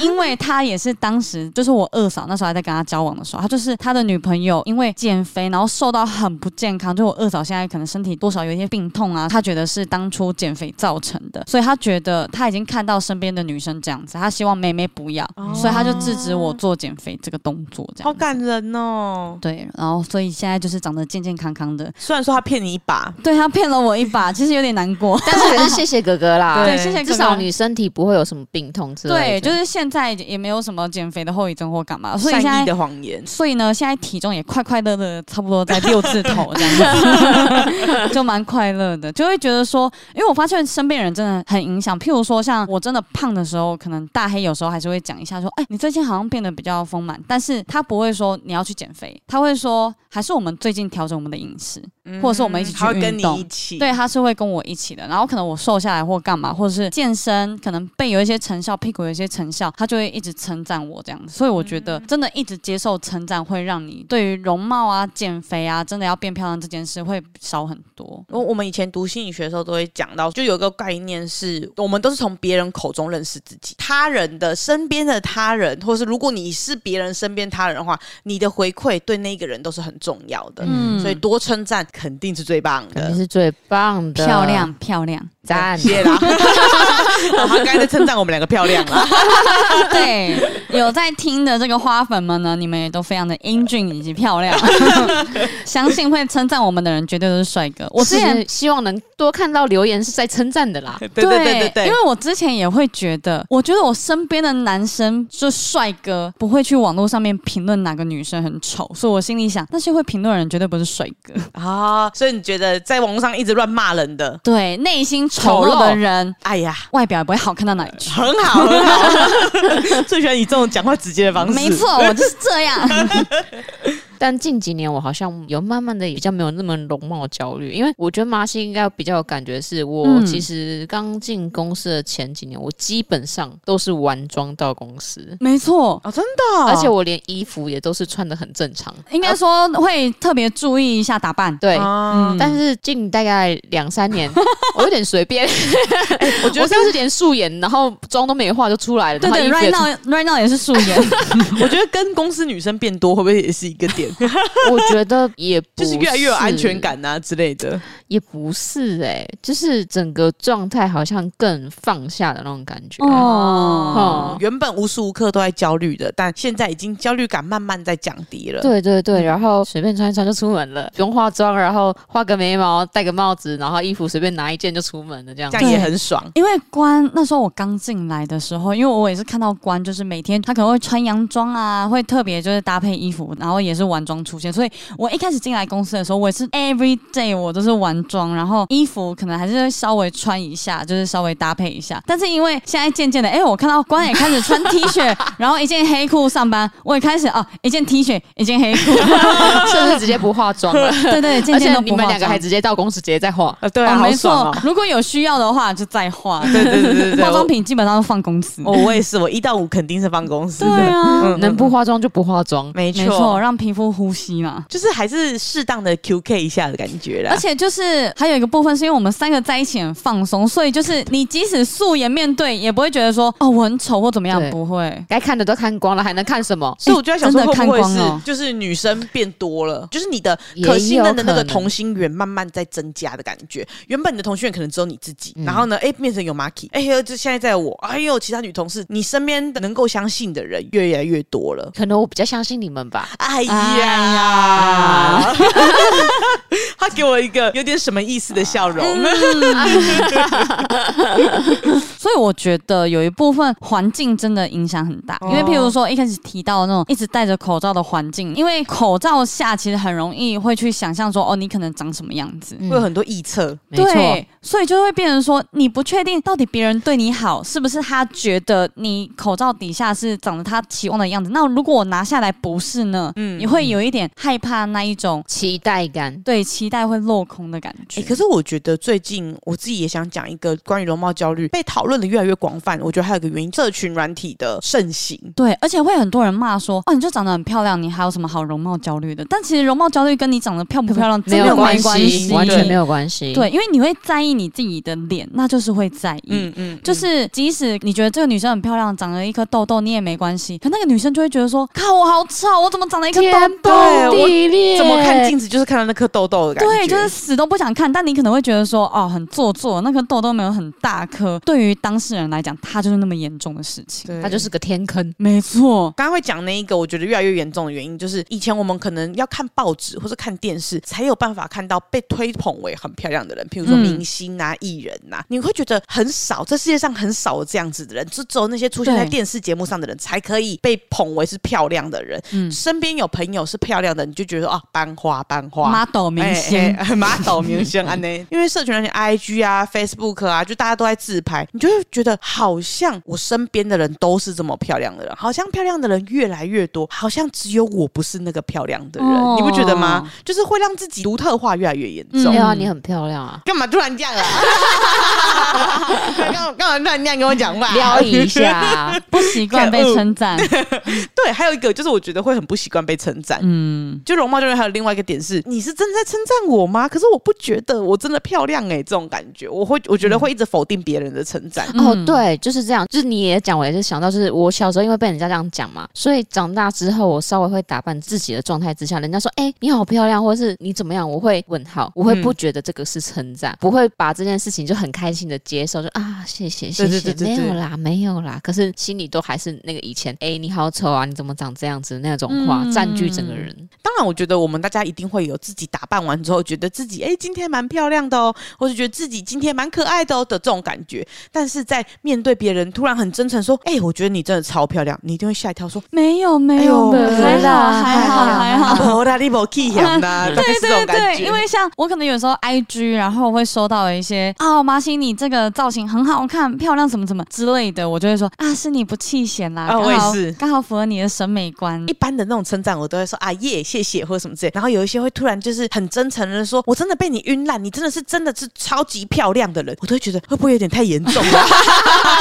因为他也是当时就是我二嫂那时候还在跟他交往的时候，他就是他的女朋友因为减肥，然后瘦到很不健康，就我二嫂现在可能身体多少有一些病痛啊，他觉得是当初减肥造成的，所以他觉得他已经看到身边的女生这样子，他希望妹妹不要，所以他就制止我做减肥这个动作，这样好子感人哦！对，然后所以现在就是长得健健康康的，虽然说他骗你一把，对他骗了我一把，其实有点难过但是还是谢谢哥 [laughs] 哥 [laughs] 啦，对谢谢哥哥至少你身体不会有什么病痛之类对，的。就是现在也没有什么减肥的后遗症或干嘛，所以现善在。意的谎言。所以呢，现在体重也快快乐乐，差不多在六字头这样 [laughs] 子，就蛮快乐的。就会觉得说，因为我发现身边人真的很影响。譬如说，像我真的胖的时候，可能大黑有时候还是会讲一下说：“哎、你最近好像变得比较丰满。”但是他不会说你要去减肥，他会说还是我们最近调整我们的饮食。或者是我们一起去他会跟运你动一起，对，他是会跟我一起的。然后可能我瘦下来或干嘛，或者是健身，可能背有一些成效，屁股有一些成效，他就会一直称赞我这样子。所以我觉得真的一直接受称赞，会让你对于容貌啊、减肥啊，真的要变漂亮这件事会少很多。我我们以前读心理学的时候都会讲到，就有一个概念是，我们都是从别人口中认识自己，他人的身边的他人，或是如果你是别人身边他人的话，你的回馈对那个人都是很重要的。嗯，所以多称赞肯定是最棒肯的定，是最棒的，漂亮漂亮，赞。谢 [laughs] 啦。他刚才在称赞我们两个漂亮啦，啊对，有在听的这个花粉们呢，你们也都非常的英俊以及漂亮，相信会称赞我们的人绝对都是帅哥。我之前是希望能多看到留言是在称赞的啦。 [laughs] 对对对对对因，为我之前也会觉得，我觉得我身边的男生就帅哥不会去网络上面评论哪个女生很丑，所以我心里想，那些会评论的人绝对不是帅哥，啊，所以你觉得在网络上一直乱骂人的，对，内心丑陋的人，哎呀，外表也不会好看到哪里去。很 [laughs] 好很好， [laughs] 最喜欢以这种讲话直接的方式，没 [laughs] 错，我就是这样。但近几年我好像有慢慢的比较没有那么容貌焦虑，因为我觉得麻西应该比较有感觉是，我嗯其实刚进公司的前几年，我基本上都是完妆到公司，没错，哦，真的，而且我连衣服也都是穿的很正常。应该说会特别注意一下打扮。对，啊嗯但是近大概两三 [laughs] 年，我有点随便，我觉得甚至连素颜，然后妆都没化就出来了，对然后对衣服也，right 出 now right now 也是素颜， [laughs] 我觉得跟公司女生变多会不会也是一个点，我觉得也不就是越来越有安全是感啊之类的。也不是哎、就是整个状态好像更放下的那种感觉。哦哦，原本无时无刻都在焦虑的，但现在已经焦虑感慢慢在降低了。对对对，然后随便穿一穿就出门了，不用化妆，然后画个眉毛，戴个帽子，然后衣服随便拿一件就出门了，这样这子。样也对很爽。因为关那时候我刚进来的时候，因为我也是看到关，就是每天他可能会穿洋装啊，会特别就是搭配衣服，然后也是晚装出现。所以我一开始进来公司的时候，我也 [laughs] 是 every day 我都是晚装，然后衣服可能还是会稍微穿一下，就是稍微搭配一下。但是因为现在渐渐的，哎、我看到关也开始穿 T 恤，然后一件黑裤上班，我也开始哦，一件 T 恤，一件 [laughs] 黑裤，甚至直接不化妆了。对对，渐而渐且都你不们化两个还妆。直接到公司直接再化，啊，对啊，好没爽错哦。，如果有需要的话就再 [laughs] 化。对对对对对，化妆我。品基本上都放公司。哦，我也是，我一到五肯定是放公司对的，嗯啊，能不化妆就不化妆。没没错，，让皮肤呼吸嘛。就是还是适当的 QK 一下的感觉啦而。且就是是还有一个部分是因为我们三个在一起很放松，所以就是你即使素颜面对，也不会觉得说哦我很丑或怎么样对，不会。该看的都看光了，还能看什么？所以我就在想说，真的会看不会光是了就是女生变多了，就是你的也可信任的那有可个能同心圆慢慢在增加的感觉。原本你的同心圆可能只有你自己，嗯然后呢，哎、变成有 Marky，哎、呦，就现在在我，哎呦，其他女同事，你身边的能够相信的人越来越多了。可能我比较相信你们吧。哎哎呀， [laughs] 他给我一个有点什么意思的笑嗯容。[laughs] 所以我觉得有一部分环境真的影响很大，哦因为譬如说一开始提到那种一直戴着口罩的环境，因为口罩下其实很容易会去想象说哦你可能长什么样子。嗯会有很多臆测，没错，对，所以就会变成说，你不确定到底别人对你好是不是他觉得你口罩底下是长得他期望的样子。那如果我拿下来不是呢？嗯，你会有一点害怕那一种期待感。对期待会落空的感觉。欸可是我觉得最近我自己也想讲一个关于容貌焦虑被讨论的越来越广泛，我觉得还有一个原因，社群软体的盛行。对，而且会很多人骂说，哦，你就长得很漂亮，你还有什么好容貌焦虑的？但其实容貌焦虑跟你长得漂不漂亮没真的有没关关系，系，完全对没有关系。，对，因为你会在意你自己的脸，那就是会在意。嗯嗯，就，就是即使你觉得这个女生很漂亮，长了一颗痘痘，你也没关系。可那个女生就会觉得说：“靠，我好丑，我怎么长了一颗天痘崩痘对我地裂，怎么看镜子就是看到那颗痘痘的？”感觉，对，就是死都不想看。但你可能会觉得说：“哦，很做作，那颗痘痘没有很大颗。”对于当事人来讲，它就是那么严重的事情。对它就是个天坑。没错，刚刚会讲那一个，我觉得越来越严重的原因，就是以前我们可能要看报纸或是看电视，才有办法看到被推捧为很漂亮的人，譬如说嗯明星啊、艺人呐、你会觉得很少，这世界上很少有这样子的人，就只有那些出现在对电视节目上的人，才可以被捧为是漂亮的人。嗯身边有朋友是漂亮的，你就觉得啊，班花班花。 ，model 明哎星，哎哎 [laughs] 马岛明星安内， [laughs] 因为社群软件 IG 啊、Facebook 啊，就大家都在自拍，你就会觉得好像我身边的人都是这么漂亮的人，好像漂亮的人越来越多，好像只有我不是那个漂亮的人，哦你不觉得吗？就是会让自己独特化越来越严重。 [laughs] 对嗯啊，你很漂亮啊，哎干嘛突然这样啊？ [laughs] 干嘛干嘛突然这样跟我 [laughs] 讲话？撩一下。不习惯被称 [laughs] 赞。对，还有一个就是我觉得会很不习惯被称赞，嗯，就容貌焦虑还有另外一个点是，你是真的在称赞我吗？可是我不觉得我真的漂亮哎、这种感觉，我会我觉得会一直否定别人的称赞。哦，嗯对，就是这样。就是你也讲，我也是想到，就是我小时候因为被人家这样讲嘛，所以长大之后我稍微会打扮自己的状态之下，人家说：“哎、你好漂亮”或者是“你怎么样”，我会问号，我会嗯不觉得这个是称赞，不会把这件事情就很开心的接受，就啊谢谢谢谢，对对对对对没有啦没有啦。可是心里都还是那个以前“哎、你好丑啊，你怎么长这样子”那种话、嗯占据整个人。 [laughs] 当然，我觉得我们大家一定会有自己打扮完之后，觉得自己哎、诶今天蛮漂亮的哦，或者觉得自己今天蛮可爱的哦的这种感觉。但是在面对别人突然很真诚说，哎、我觉得你真的超漂亮，你一定会吓一跳说， [laughs] 没有哎没呦有，没有没有还啦好还好还还好好啊，。不啦，你没去呀， [laughs] 呐，大啊概是这种感觉。因为像我可能有时候 IG，然后会收到一些啊，马欣你这个造型很好看、漂亮，什么什么之类的，我就会说啊，是你不弃嫌啦，啊我刚好也是刚好符合你的审美 [laughs] 观一。般的那种称赞，我都会说啊耶，谢谢或者什么之类。然后有一些会突然就是很真诚的说，我真的被你晕烂，你真的是真的是超级漂亮的人，我都会觉得会不会有点太严重了、啊 [laughs]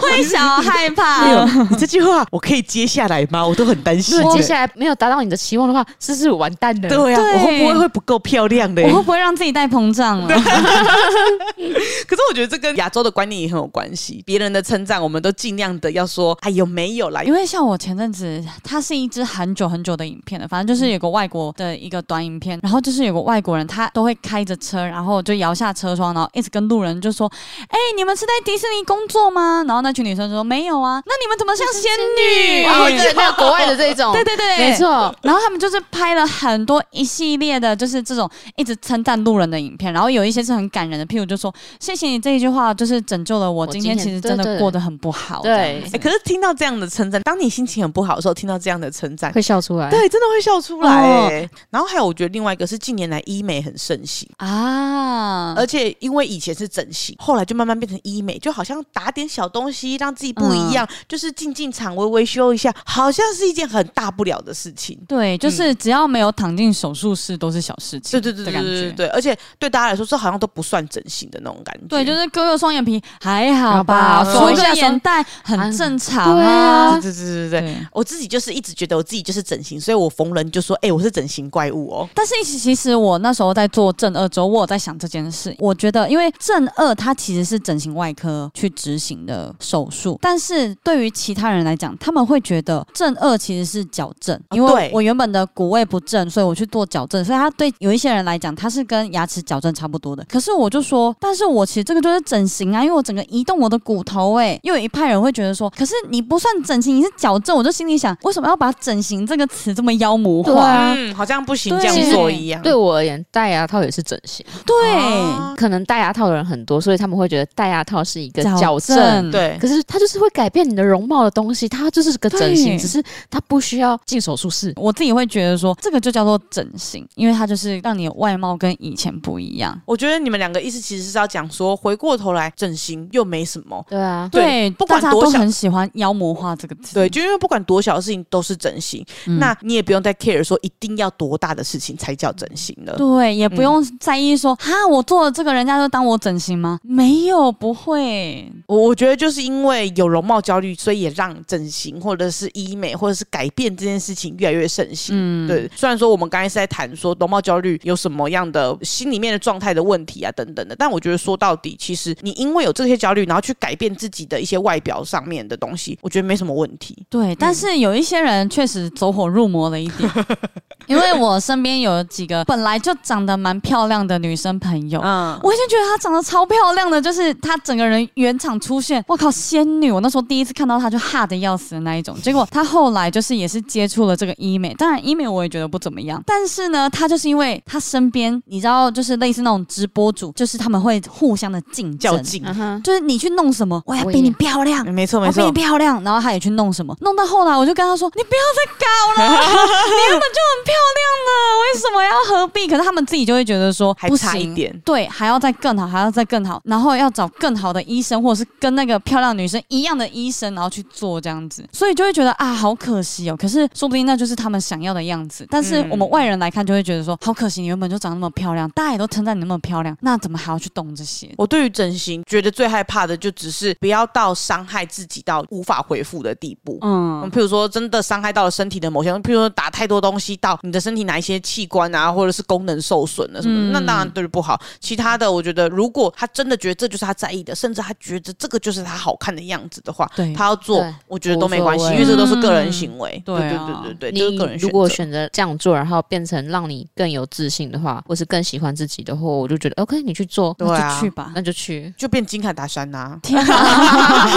会想害哎呦怕，你这句话我可以接下来吗？我都很担心如欸。果接下来没有达到你的期望的话，是不是完蛋了？对呀、啊对我会不会会不够漂亮的、我会不会让自己带膨胀啊了？可是我觉得这跟亚洲的观念也很有关系。别人的称赞，我们都尽量的要说，哎呦没有啦，因因为为像我前阵子，它是一支很久很久的影片了，反嗯正就是有个外国的一个短影片，然后就是有个外国人，他都会开着车，然后就摇下车窗，然后一直跟路人就说：“哎、你们是在迪士尼工作吗？”然后那群女生就说：“没有啊。”那你们怎么像仙女？哦，对，那个国外的这 [laughs] 种，对对对，没。错。然后他们就是拍了很多一系列的，就是这种一直称赞路人的影片，然后有一些是很感人的，譬如就说谢谢你这一句话，就是拯救了我，我今今天天其实真对的对过得很不好。这对样子啊哎、可是听到这样的称赞，当你心情很不好的时候，听到这样的称赞。会笑出来，对，真的会笑出来、哦哎然后还有，我觉得另外一个是近年来医美很盛行，啊，而且因为以前是整形，后来就慢慢变成医美，就好像打点小东西让自己不一样，就是进进场微微修一下，好像是一件很大不了的事情。对，就是只要没有躺进手术室都是小事情，嗯对对的对对感对觉对。对，而且对大家来说，这好像都不算整形的那种感觉。对，就是割个双眼皮还好好吧吧，缝缝一下个双眼袋很正常对啊啊。对对对对对。对，我自己就是一直觉得我自己就是整形，所以我逢人就说：“哎、我是整形怪物哦。但是其实我那时候在在做正二之后，我有在想这件事。我觉得，因为正二它其实是整形外科去执行的手术，但是对于其他人来讲，他们会觉得正二其实是矫正，哦因为对我原本的骨位不正，所以我去做矫正，所以它对有一些人来讲，它是跟牙齿矫正差不多的。可是我就说，但是我其实这个就是整形啊，因为我整个移动我的骨头、欸，又有一派人会觉得说，可是你不算整形，你是矫正，我就心里想，为什么要把整形这个词这么妖魔化？对啊，嗯，好像不行对这样做一样。对我而言，戴牙套也是整形。对啊可能戴牙套的人很多，所以他们会觉得戴牙套是一个矫正。对，可是它就是会改变你的容貌的东西，它就是个整对形，只是它不需要进手术室。我自己会觉得说，这个就叫做整形，因为它就是让你的外貌跟以前不一样。我觉得你们两个意思其实是要讲说，回过头来整形又没什么。对啊，对不管大家多都小很喜欢妖魔化这个词。对，就因为不管多小的事情都是整形，嗯那呃你也不用再 care 说一定要多大的事情才叫整形了。对，也不用在意说嗯哈、我做了这个，人家就当我整形吗？没有，不会。我我觉得就是因为有容貌焦虑，所以也让整形或者是医美或者是改变这件事情越来越盛行。嗯，对，虽然说我们刚才是在谈说容貌焦虑有什么样的心里面的状态的问题啊等等的，但我觉得说到底，其实你因为有这些焦虑，然后去改变自己的一些外表上面的东西，我觉得没什么问题。对，但是有一些人确实走火入魔了一 [laughs] 点，因为我身边有几个本来就长得蛮漂亮的女生朋友，嗯，我已经觉得她长得超漂亮的，就是她整个人原厂出现，我靠，仙女！我那时候第一次看到她就吓得要死的那一种。结果她后来就是也是接触了这个医美，当然医美我也觉得不怎么样，但是呢，她就是因为她身边你知道，就是类似那种直播主，就是他们会互相的竞较争，劲，嗯哼，就是你去弄什么，我要我比也你漂亮。没错我没比你错，漂亮，然后她也去弄什么，弄到后来我就跟她说：“你不要再搞了，你原本就很漂亮了，为什么要何必？”可是他们自己就会觉得说，还不差一行点。对，还要再更好，还要再更好，然后要找更好的医生，或者是跟那个漂亮女生一样的医生，然后去做这样子，所以就会觉得啊，好可惜哦。可是说不定那就是他们想要的样子，但是嗯我们外人来看就会觉得说，好可惜，你原本就长那么漂亮，大家也都称赞你那么漂亮，那怎么还要去动这些？我对于整形觉得最害怕的，就只是不要到伤害自己到无法恢复的地步。嗯，嗯，譬如说真的伤害到了身体的某些，譬如说打太多东西到你的身体哪一些器官啊，或者是功能受损了什嗯么的，那当然对不好。其他的，我觉得如果他真的觉得这就是他在意的，甚至他觉得这个就是他好看的样子的话，哎对他要做对，我觉得都没关系，无所谓因为这都是个人行为。嗯对对啊对对对，就是个你人如选果择。选择这样做，然后变成让你更有自信的话，或是更喜欢自己的话，我就觉得 OK，你去做，对那啊就去吧。那就去。就变金卡达山呐、天啊，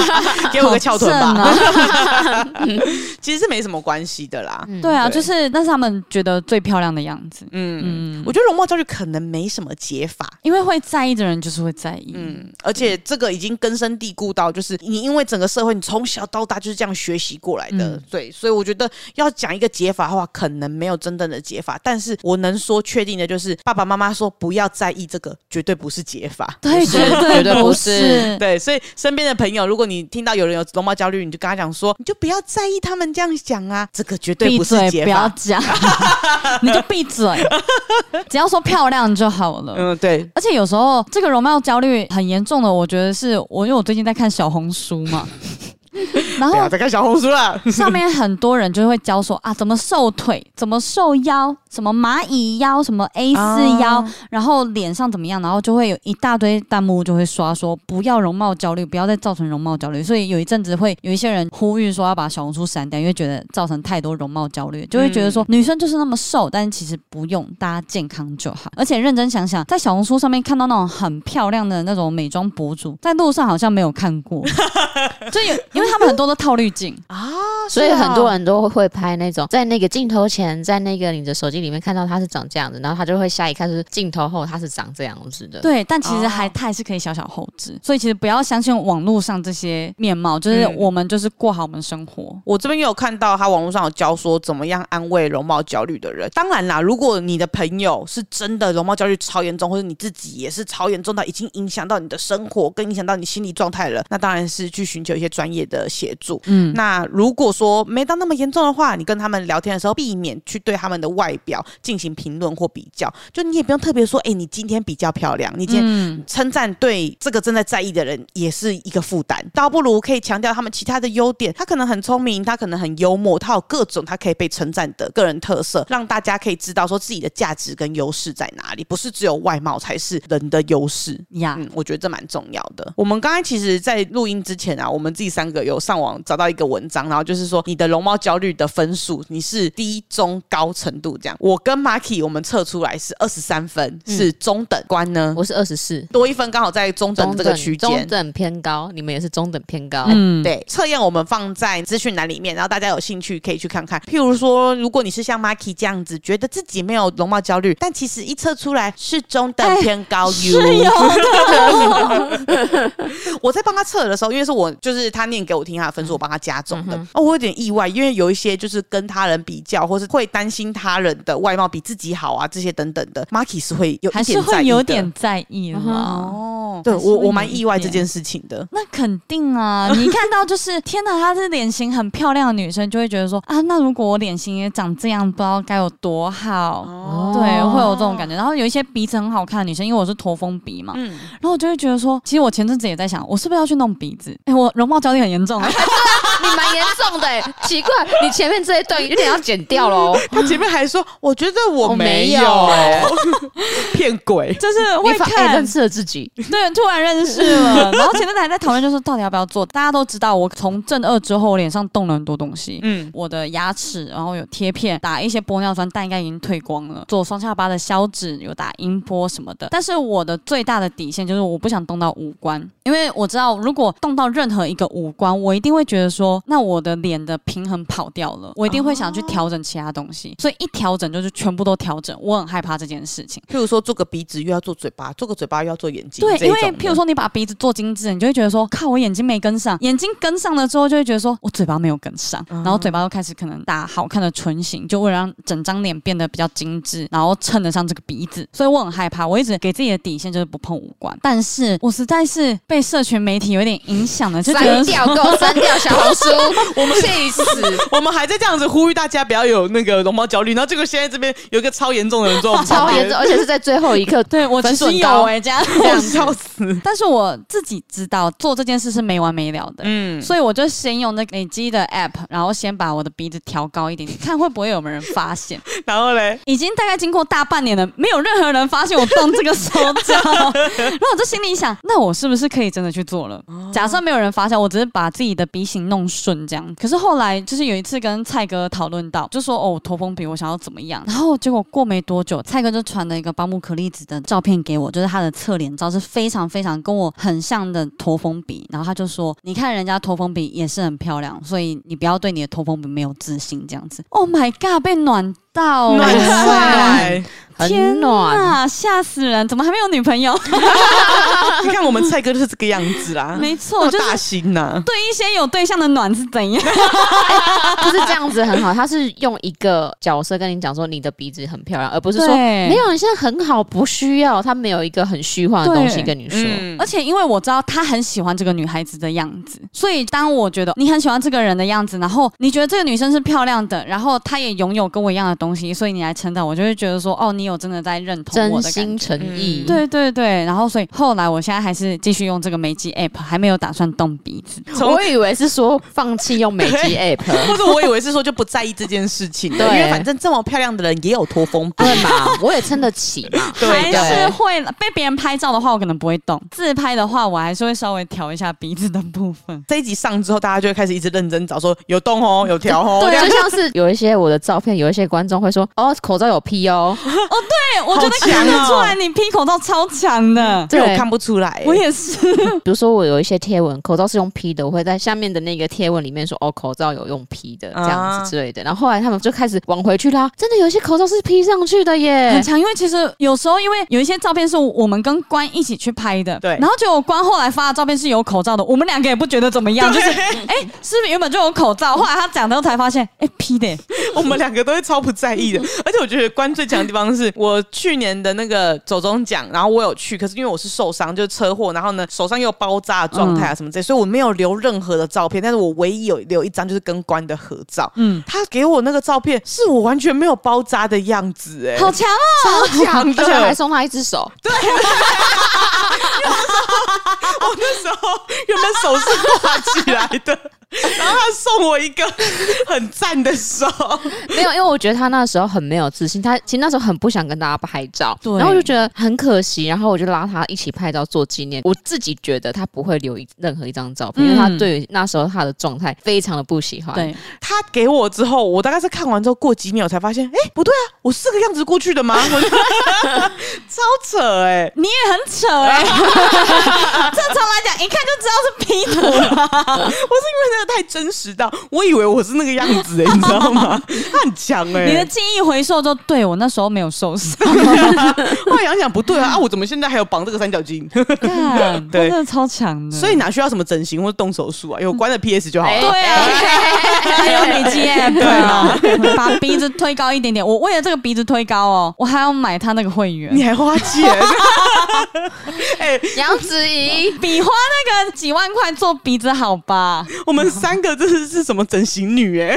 [laughs] 给我个翘臀吧，好正啊 [laughs] 其实是没什么关系的啦。嗯对啊，对就是那是他们觉得最漂亮的样子。嗯，嗯，我觉得容貌焦虑可能没什么解法，因为会在意的人就是会在意。嗯，嗯，而且这个已经根深蒂固到，就是你因为整个社会，你从小到大就是这样学习过来的，嗯对，所以我觉得要讲一个解法的话，可能没有真正的解法，但是我能说确定的就是，爸爸妈妈说不要在意这个，绝对不是解法。对，是绝绝对对不不是是。对，所以身边的朋友，如果你听到有人有容貌焦虑，你就跟他讲说，你就不要在意他们这样讲啊，这个绝对闭不是嘴，解不要法。讲， [laughs] 你就闭嘴， [laughs] 只要说漂亮就好了。嗯，对，而且有时候这个容貌焦虑很严重的，我觉得是我因为我最近在看小红书 [laughs] 嘛，然不后要再看小红书了。上面很多人就会教说啊，怎么瘦腿，怎么瘦腰，什么蚂蚁腰，什么 A 四腰，啊然后脸上怎么样，然后就会有一大堆弹幕就会刷说不要容貌焦虑，不要再造成容貌焦虑。所以有一阵子会有一些人呼吁说要把小红书删掉，因为觉得造成太多容貌焦虑，就会觉得嗯说女生就是那么瘦，但其实不用，大家健康就好。而且认真想想，在小红书上面看到那种很漂亮的那种美妆博主，在路上好像没有看 [laughs] 过，就有因为他们很多都套滤镜。所以是啊很多人都会拍那种在那个镜头前，在那个你的手机里面看到它是长这样子，然后他就会下一看是镜头后它是长这样子的。对，但其实哦还它还是可以小小后置，所以其实不要相信网络上这些面貌，就是嗯我们就是过好我们生活。我这边也有看到他网络上有教说怎么样安慰容貌焦虑的人。当然啦，如果你的朋友是真的容貌焦虑超严重，或者你自己也是超严重到已经影响到你的生活，跟影响到你心理状态了，那当然是去寻求一些专业的的协助。嗯，那如果说没到那么严重的话，你跟他们聊天的时候，避免去对他们的外表进行评论或比较，就你也不用特别说，哎、你今天比较漂亮，你今天嗯称赞对这个正在在意的人也是一个负担，倒不如可以强调他们其他的优点。他可能很聪明，他可能很幽默，他有各种他可以被称赞的个人特色，让大家可以知道说自己的价值跟优势在哪里，不是只有外貌才是人的优势。呀，嗯，我觉得这蛮重要的。我们刚才其实，在录音之前啊，我们自己三个有上网找到一个文章，然后就是说你的容貌焦虑的分数，你是低、中、高程度这样。我跟 Marky 我们测出来是二十三分，嗯是中等关呢。我是二十四，多一分刚好在中等这个区中间。等偏高，你们也是中等偏高。嗯，对，测验我们放在资讯栏里面，然后大家有兴趣可以去看看。譬如说，如果你是像 Marky 这样子，觉得自己没有容貌焦虑，但其实一测出来是中等偏高 U，、哎是哦有 [laughs] 我在帮他测的时候，因为是我就是他念给我听他的分数，我帮他加总的。嗯哦，我有点意外，因为有一些就是跟他人比较，或是会担心他人的外貌比自己好啊这些等等的，Marky 是会有还一是点在会意有的点在意嗯哼啦。哦，对还是会我我有蛮一意外这点件事情的。那肯定啊！ [laughs] 你看到就是天哪，她是脸型很漂亮的女生，就会觉得说啊，那如果我脸型也长这样，不知道该有多好。哦对，会有这种感觉。然后有一些鼻子很好看的女生，因为我是驼峰鼻嘛，嗯，然后我就会觉得说，其实我前阵子也在想，我是不是要去弄鼻子？哎、我容貌焦虑很严重、 [laughs] 啊。你蛮严重的、欸， [laughs] 奇怪，你前面这一段有点要剪掉哦 [laughs] 喽。 [gasps] 他前面还说，我觉得哦我我没没有有， [laughs] 骗鬼。就是你会反而看认，识了自己，对，突然认识了。 [laughs] 然后前阵子还在讨论，就是到底要不要做。大家都知道，我从正二之后，我脸上动了很多东西。 [laughs] 嗯，我的牙齿，然后有贴片，打一些玻尿酸，但应该已经退光了。做双下巴的消脂，有打音波什么的。但是我的最大的底线就是我不想动到五官，因为我知道如果动到任何一个五官，我一定会觉得说，那我的脸的平衡跑掉了，我一定会想去调整其他东西。所以一调整就是全部都调整，我很害怕这件事情。譬如说做个鼻子又要做嘴巴，做个嘴巴又要做眼睛，对，这因一为种的譬如说你把鼻子做精致，你就会觉得说，靠，我眼睛没跟上，眼睛跟上了之后，就会觉得说我嘴巴没有跟上，嗯然后嘴巴又开始可能打好看的唇形，就为了让整张脸变得比较精致，然后衬得上这个鼻子，所以我很害怕，我一直给自己的底线就是不碰五官，但是我实在是被社群媒体有点影响了，就觉得。删掉，给我 [laughs] 删掉小红书，我们气死。 [laughs] 我们还在这样子呼吁大家不要有那个容貌焦虑，然后结果现在这边有一个超严重的人坐我们 [laughs] 超旁边 [laughs] 严重，，而且是在最后一 [laughs] 刻 [laughs] 对我其分数实很有高哎、这样，这 [laughs] 样我子笑死。但是我自己知道做这件事是没完没了的，嗯，所以我就先用那个累积的 app，然后先把我的鼻子调高一点，点，看会不会有没有人发现。然后嘞，已经大概经过大半年了，没有任何人发现我动这个手脚。然后我就心里想，那我是不是可以真的去做了？假设没有人发现，我只是把自己的鼻型弄顺这样。可是后来就是有一次跟蔡哥讨论到，就说哦，驼峰鼻我想要怎么样？然后结果过没多久，蔡哥就传了一个巴木可粒子的照片给我，就是他的侧脸照，是非常非常跟我很像的驼峰鼻。然后他就说，你看人家驼峰鼻也是很漂亮，所以你不要对你的驼峰鼻没有自信这样子。Oh my god，被暖到、暖 [laughs] 哎菜，很天暖呐，吓死人！怎么还没有女朋友？你看我们蔡哥就是这个样子啦，没那错，么就是大心呐。对一些有对象的暖是怎样？不是这样子很好，他是用一个角色跟你讲说你的鼻子很漂亮，而不是说对没有你现在很好，不需要。他没有一个很虚幻的东西跟你说。嗯而且因为我知道他很喜欢这个女孩子的样子，所以当我觉得你很喜欢这个人的样子，然后你觉得这个女生是漂亮的，然后她也拥有跟我一样的东西，所以你来称赞我，就会觉得说，哦，你有真的在认同我的真感心觉。诚意，对对对，然后所以后来我现在还是继续用这个美肌 app，还没有打算动鼻子。从我以为是说放弃用美 [laughs] 肌哎 app， [laughs] 或者我以为是说就不在意这件事情了，对因为反正这么漂亮的人也有驼峰病，对嘛？我也撑得起嘛。还对是的。会啦被别人拍照的话，我可能不会动；自拍的话，我还是会稍微调一下鼻子的部分。这一集上之后，大家就会开始一直认真找，说有动哦， [laughs] 有调 [laughs] 哦，对这样就像是有一些我的照片，有一些观众会说：“哦，口罩有 P [laughs] 哦。对， [laughs] 我觉得看得出来你 P 口罩超强的”，这对，我看不出来。我也是。比如说我有一些贴文，口罩是用 P 的，我会在下面的那个贴文里面说：“哦，口罩有用 P 的这样啊子之类的。然后后来他们就开始往回去拉，真的有一些口罩是 P 上去的耶很。强，因为其实有时候因为有一些照片是我们跟关一起去拍的，对然后结果关后来发的照片是有口罩的，我们两个也不觉得怎么样，就是哎、是不是原本就有口 [laughs] 罩？后来他讲的时候才发现，哎、P 的耶， [laughs] 我们两个都会超不在意的。而且我觉得关最强的地方是，是我去年的那个走中奖，然后我有去，可是因为我是受伤，就是车祸，然后呢手上又有包扎的状嗯态啊什么这，所以我没有留任何的照片，但是我唯一有留一张就是跟关的合照。嗯，他给我那个照片是我完全没有包扎的样子、嗯哎，好强哦！ [laughs] 超强的，而且还送他一只手，我那时候原本手是挂起来的，然后他送我一个很赞的手， [laughs] 没有，因为我觉得他那时候很没有自信，他其实那时候很不想跟大家拍照，对然后我就觉得很可惜，然后我就拉他一起拍照做纪念。我自己觉得他不会留一任何一张照片，因为他嗯对于那时候他的状态非常的不喜欢。，对，他给我之后，我大概是看完之后过几秒才发现，哎、不对啊，我是这个样子过去的吗？我就超扯哎、你也很扯 [laughs] 哎、正常来讲，一看就知道是 P 图了。我是因为那个太真实到，我以为我是那个样子哎、你知道吗？他很强哎、你的记忆回溯就对我那时候没有受 [laughs] 伤， [laughs] 后来想想不对啊，啊，我怎么现在还有绑这个三角巾？看，对真的超强的。 [laughs] 所以哪需要什么整形或动手术啊？有关了 PS 就好了。对啊， [laughs] 还有美肌 app 对啊啊，把鼻子推高一点点。我为了这个鼻子推高哦，我还要买他那个会员 [laughs] 你。还花钱？杨子怡比花那个几万块做鼻子好吧？我们三个真的是什么整形女哎、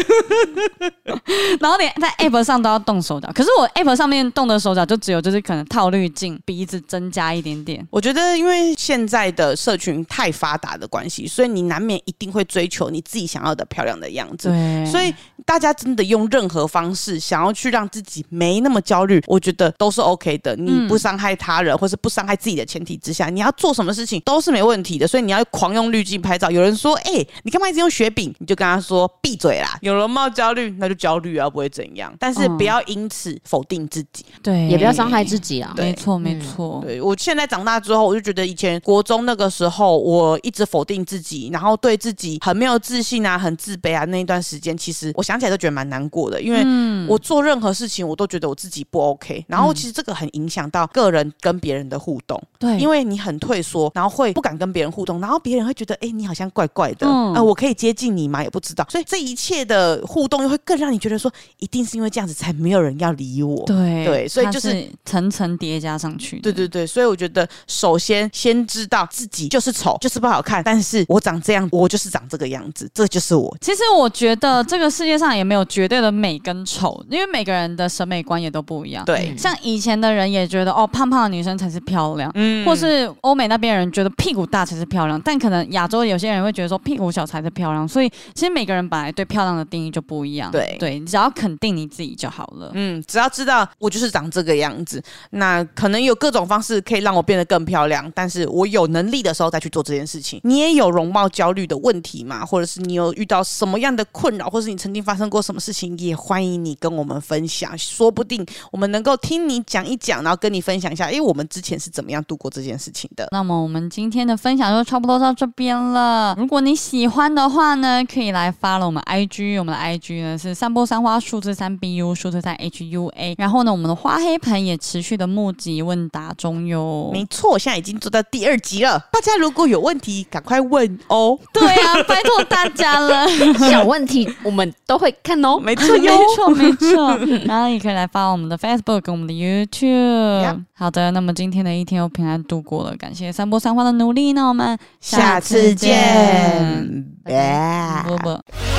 然后连在 App 上都要动手脚，可是我 App 上面动的手脚就只有就是可能套滤镜，鼻子增加一点点。 [laughs] 我觉得，因为现在的社群太发达的关系，所以你难免一定会追求你自己想要的漂亮的样子。对所以以大家真的用任何方式想要去让自己没那么焦虑，我觉得都是 OK 的。你嗯不伤害他人，或是不伤害自己的前提之下，你要做什么事情都是没问题的。所以你要狂用滤镜拍照。有人说：“哎、你干嘛一直用雪饼？”你就跟他说：“闭嘴啦！”有容貌焦虑，那就焦虑啊，不会怎样。但是嗯不要因此否定自己。对，也不要伤害自己啊。没错嗯没错。对我现在长大之后，我就觉得以前国中那个时候，我一直否定自己，然后对自己很没有自信啊，很自卑啊。那一段时间，其实我想起来都觉得蛮难过的，因为嗯我做任何事情，我都觉得我自己不 OK。然后其实这个很影响到个人跟别人的互动，对，因为为你很退缩，然后会不敢跟别人互动，然后别人会觉得，哎、你好像怪怪的，嗯呃，我可以接近你吗？也不知道，所以这一切的互动又会更让你觉得说，一定是因为这样子才没有人要理我。对对所以它就是是层层叠加上去。对对。对，所以我觉得首先先知道自己就是丑，就是不好看，但是我长这样，我就是长这个样子，这就是我。其实我觉得这个世界上也没有绝对的美跟丑，因为每个人的审美观也都不一样。对，像以前的人也觉得哦，胖胖的女生才是漂亮，嗯或是欧美那边人觉得屁股大才是漂亮，但可能亚洲有些人会觉得说屁股小才是漂亮，所以其实每个人本来对漂亮的定义就不一样。对对，你只要肯定你自己就好了。嗯，只要知道我就是长这个样子，那可能有各种方式可以让我变得更漂亮，但是我有能力的时候再去做这件事情。你也有容貌焦虑的问题吗？或者是你有遇到什么样的困扰，或是你曾经发生过什么事情，也欢迎你跟我们分享，说不定我们能够听你讲一讲，然后跟你分享一下，因为我们之前是怎么样度过这件事情的。那么我们今天的分享就差不多到这边了。如果你喜欢的话呢，可以来发了我们 IG，我们的 IG 呢是散播三花数字三 BU 数字三 HUA。然后呢，我们的花黑盆也持续的募集问答中哟。没错，现在已经做到第二集了。大家如果有问题，赶快问哦。对啊，拜托大家了。小问题我们都会看哦。没错没 [laughs] 哟，错，没错。然后也可以来发我们的 Facebook 跟我们的 YouTube。 Yep 好的，那么今天的一天又平安度过了，感谢三波三花的努力。那我们下次见，拜拜。拜。啵啵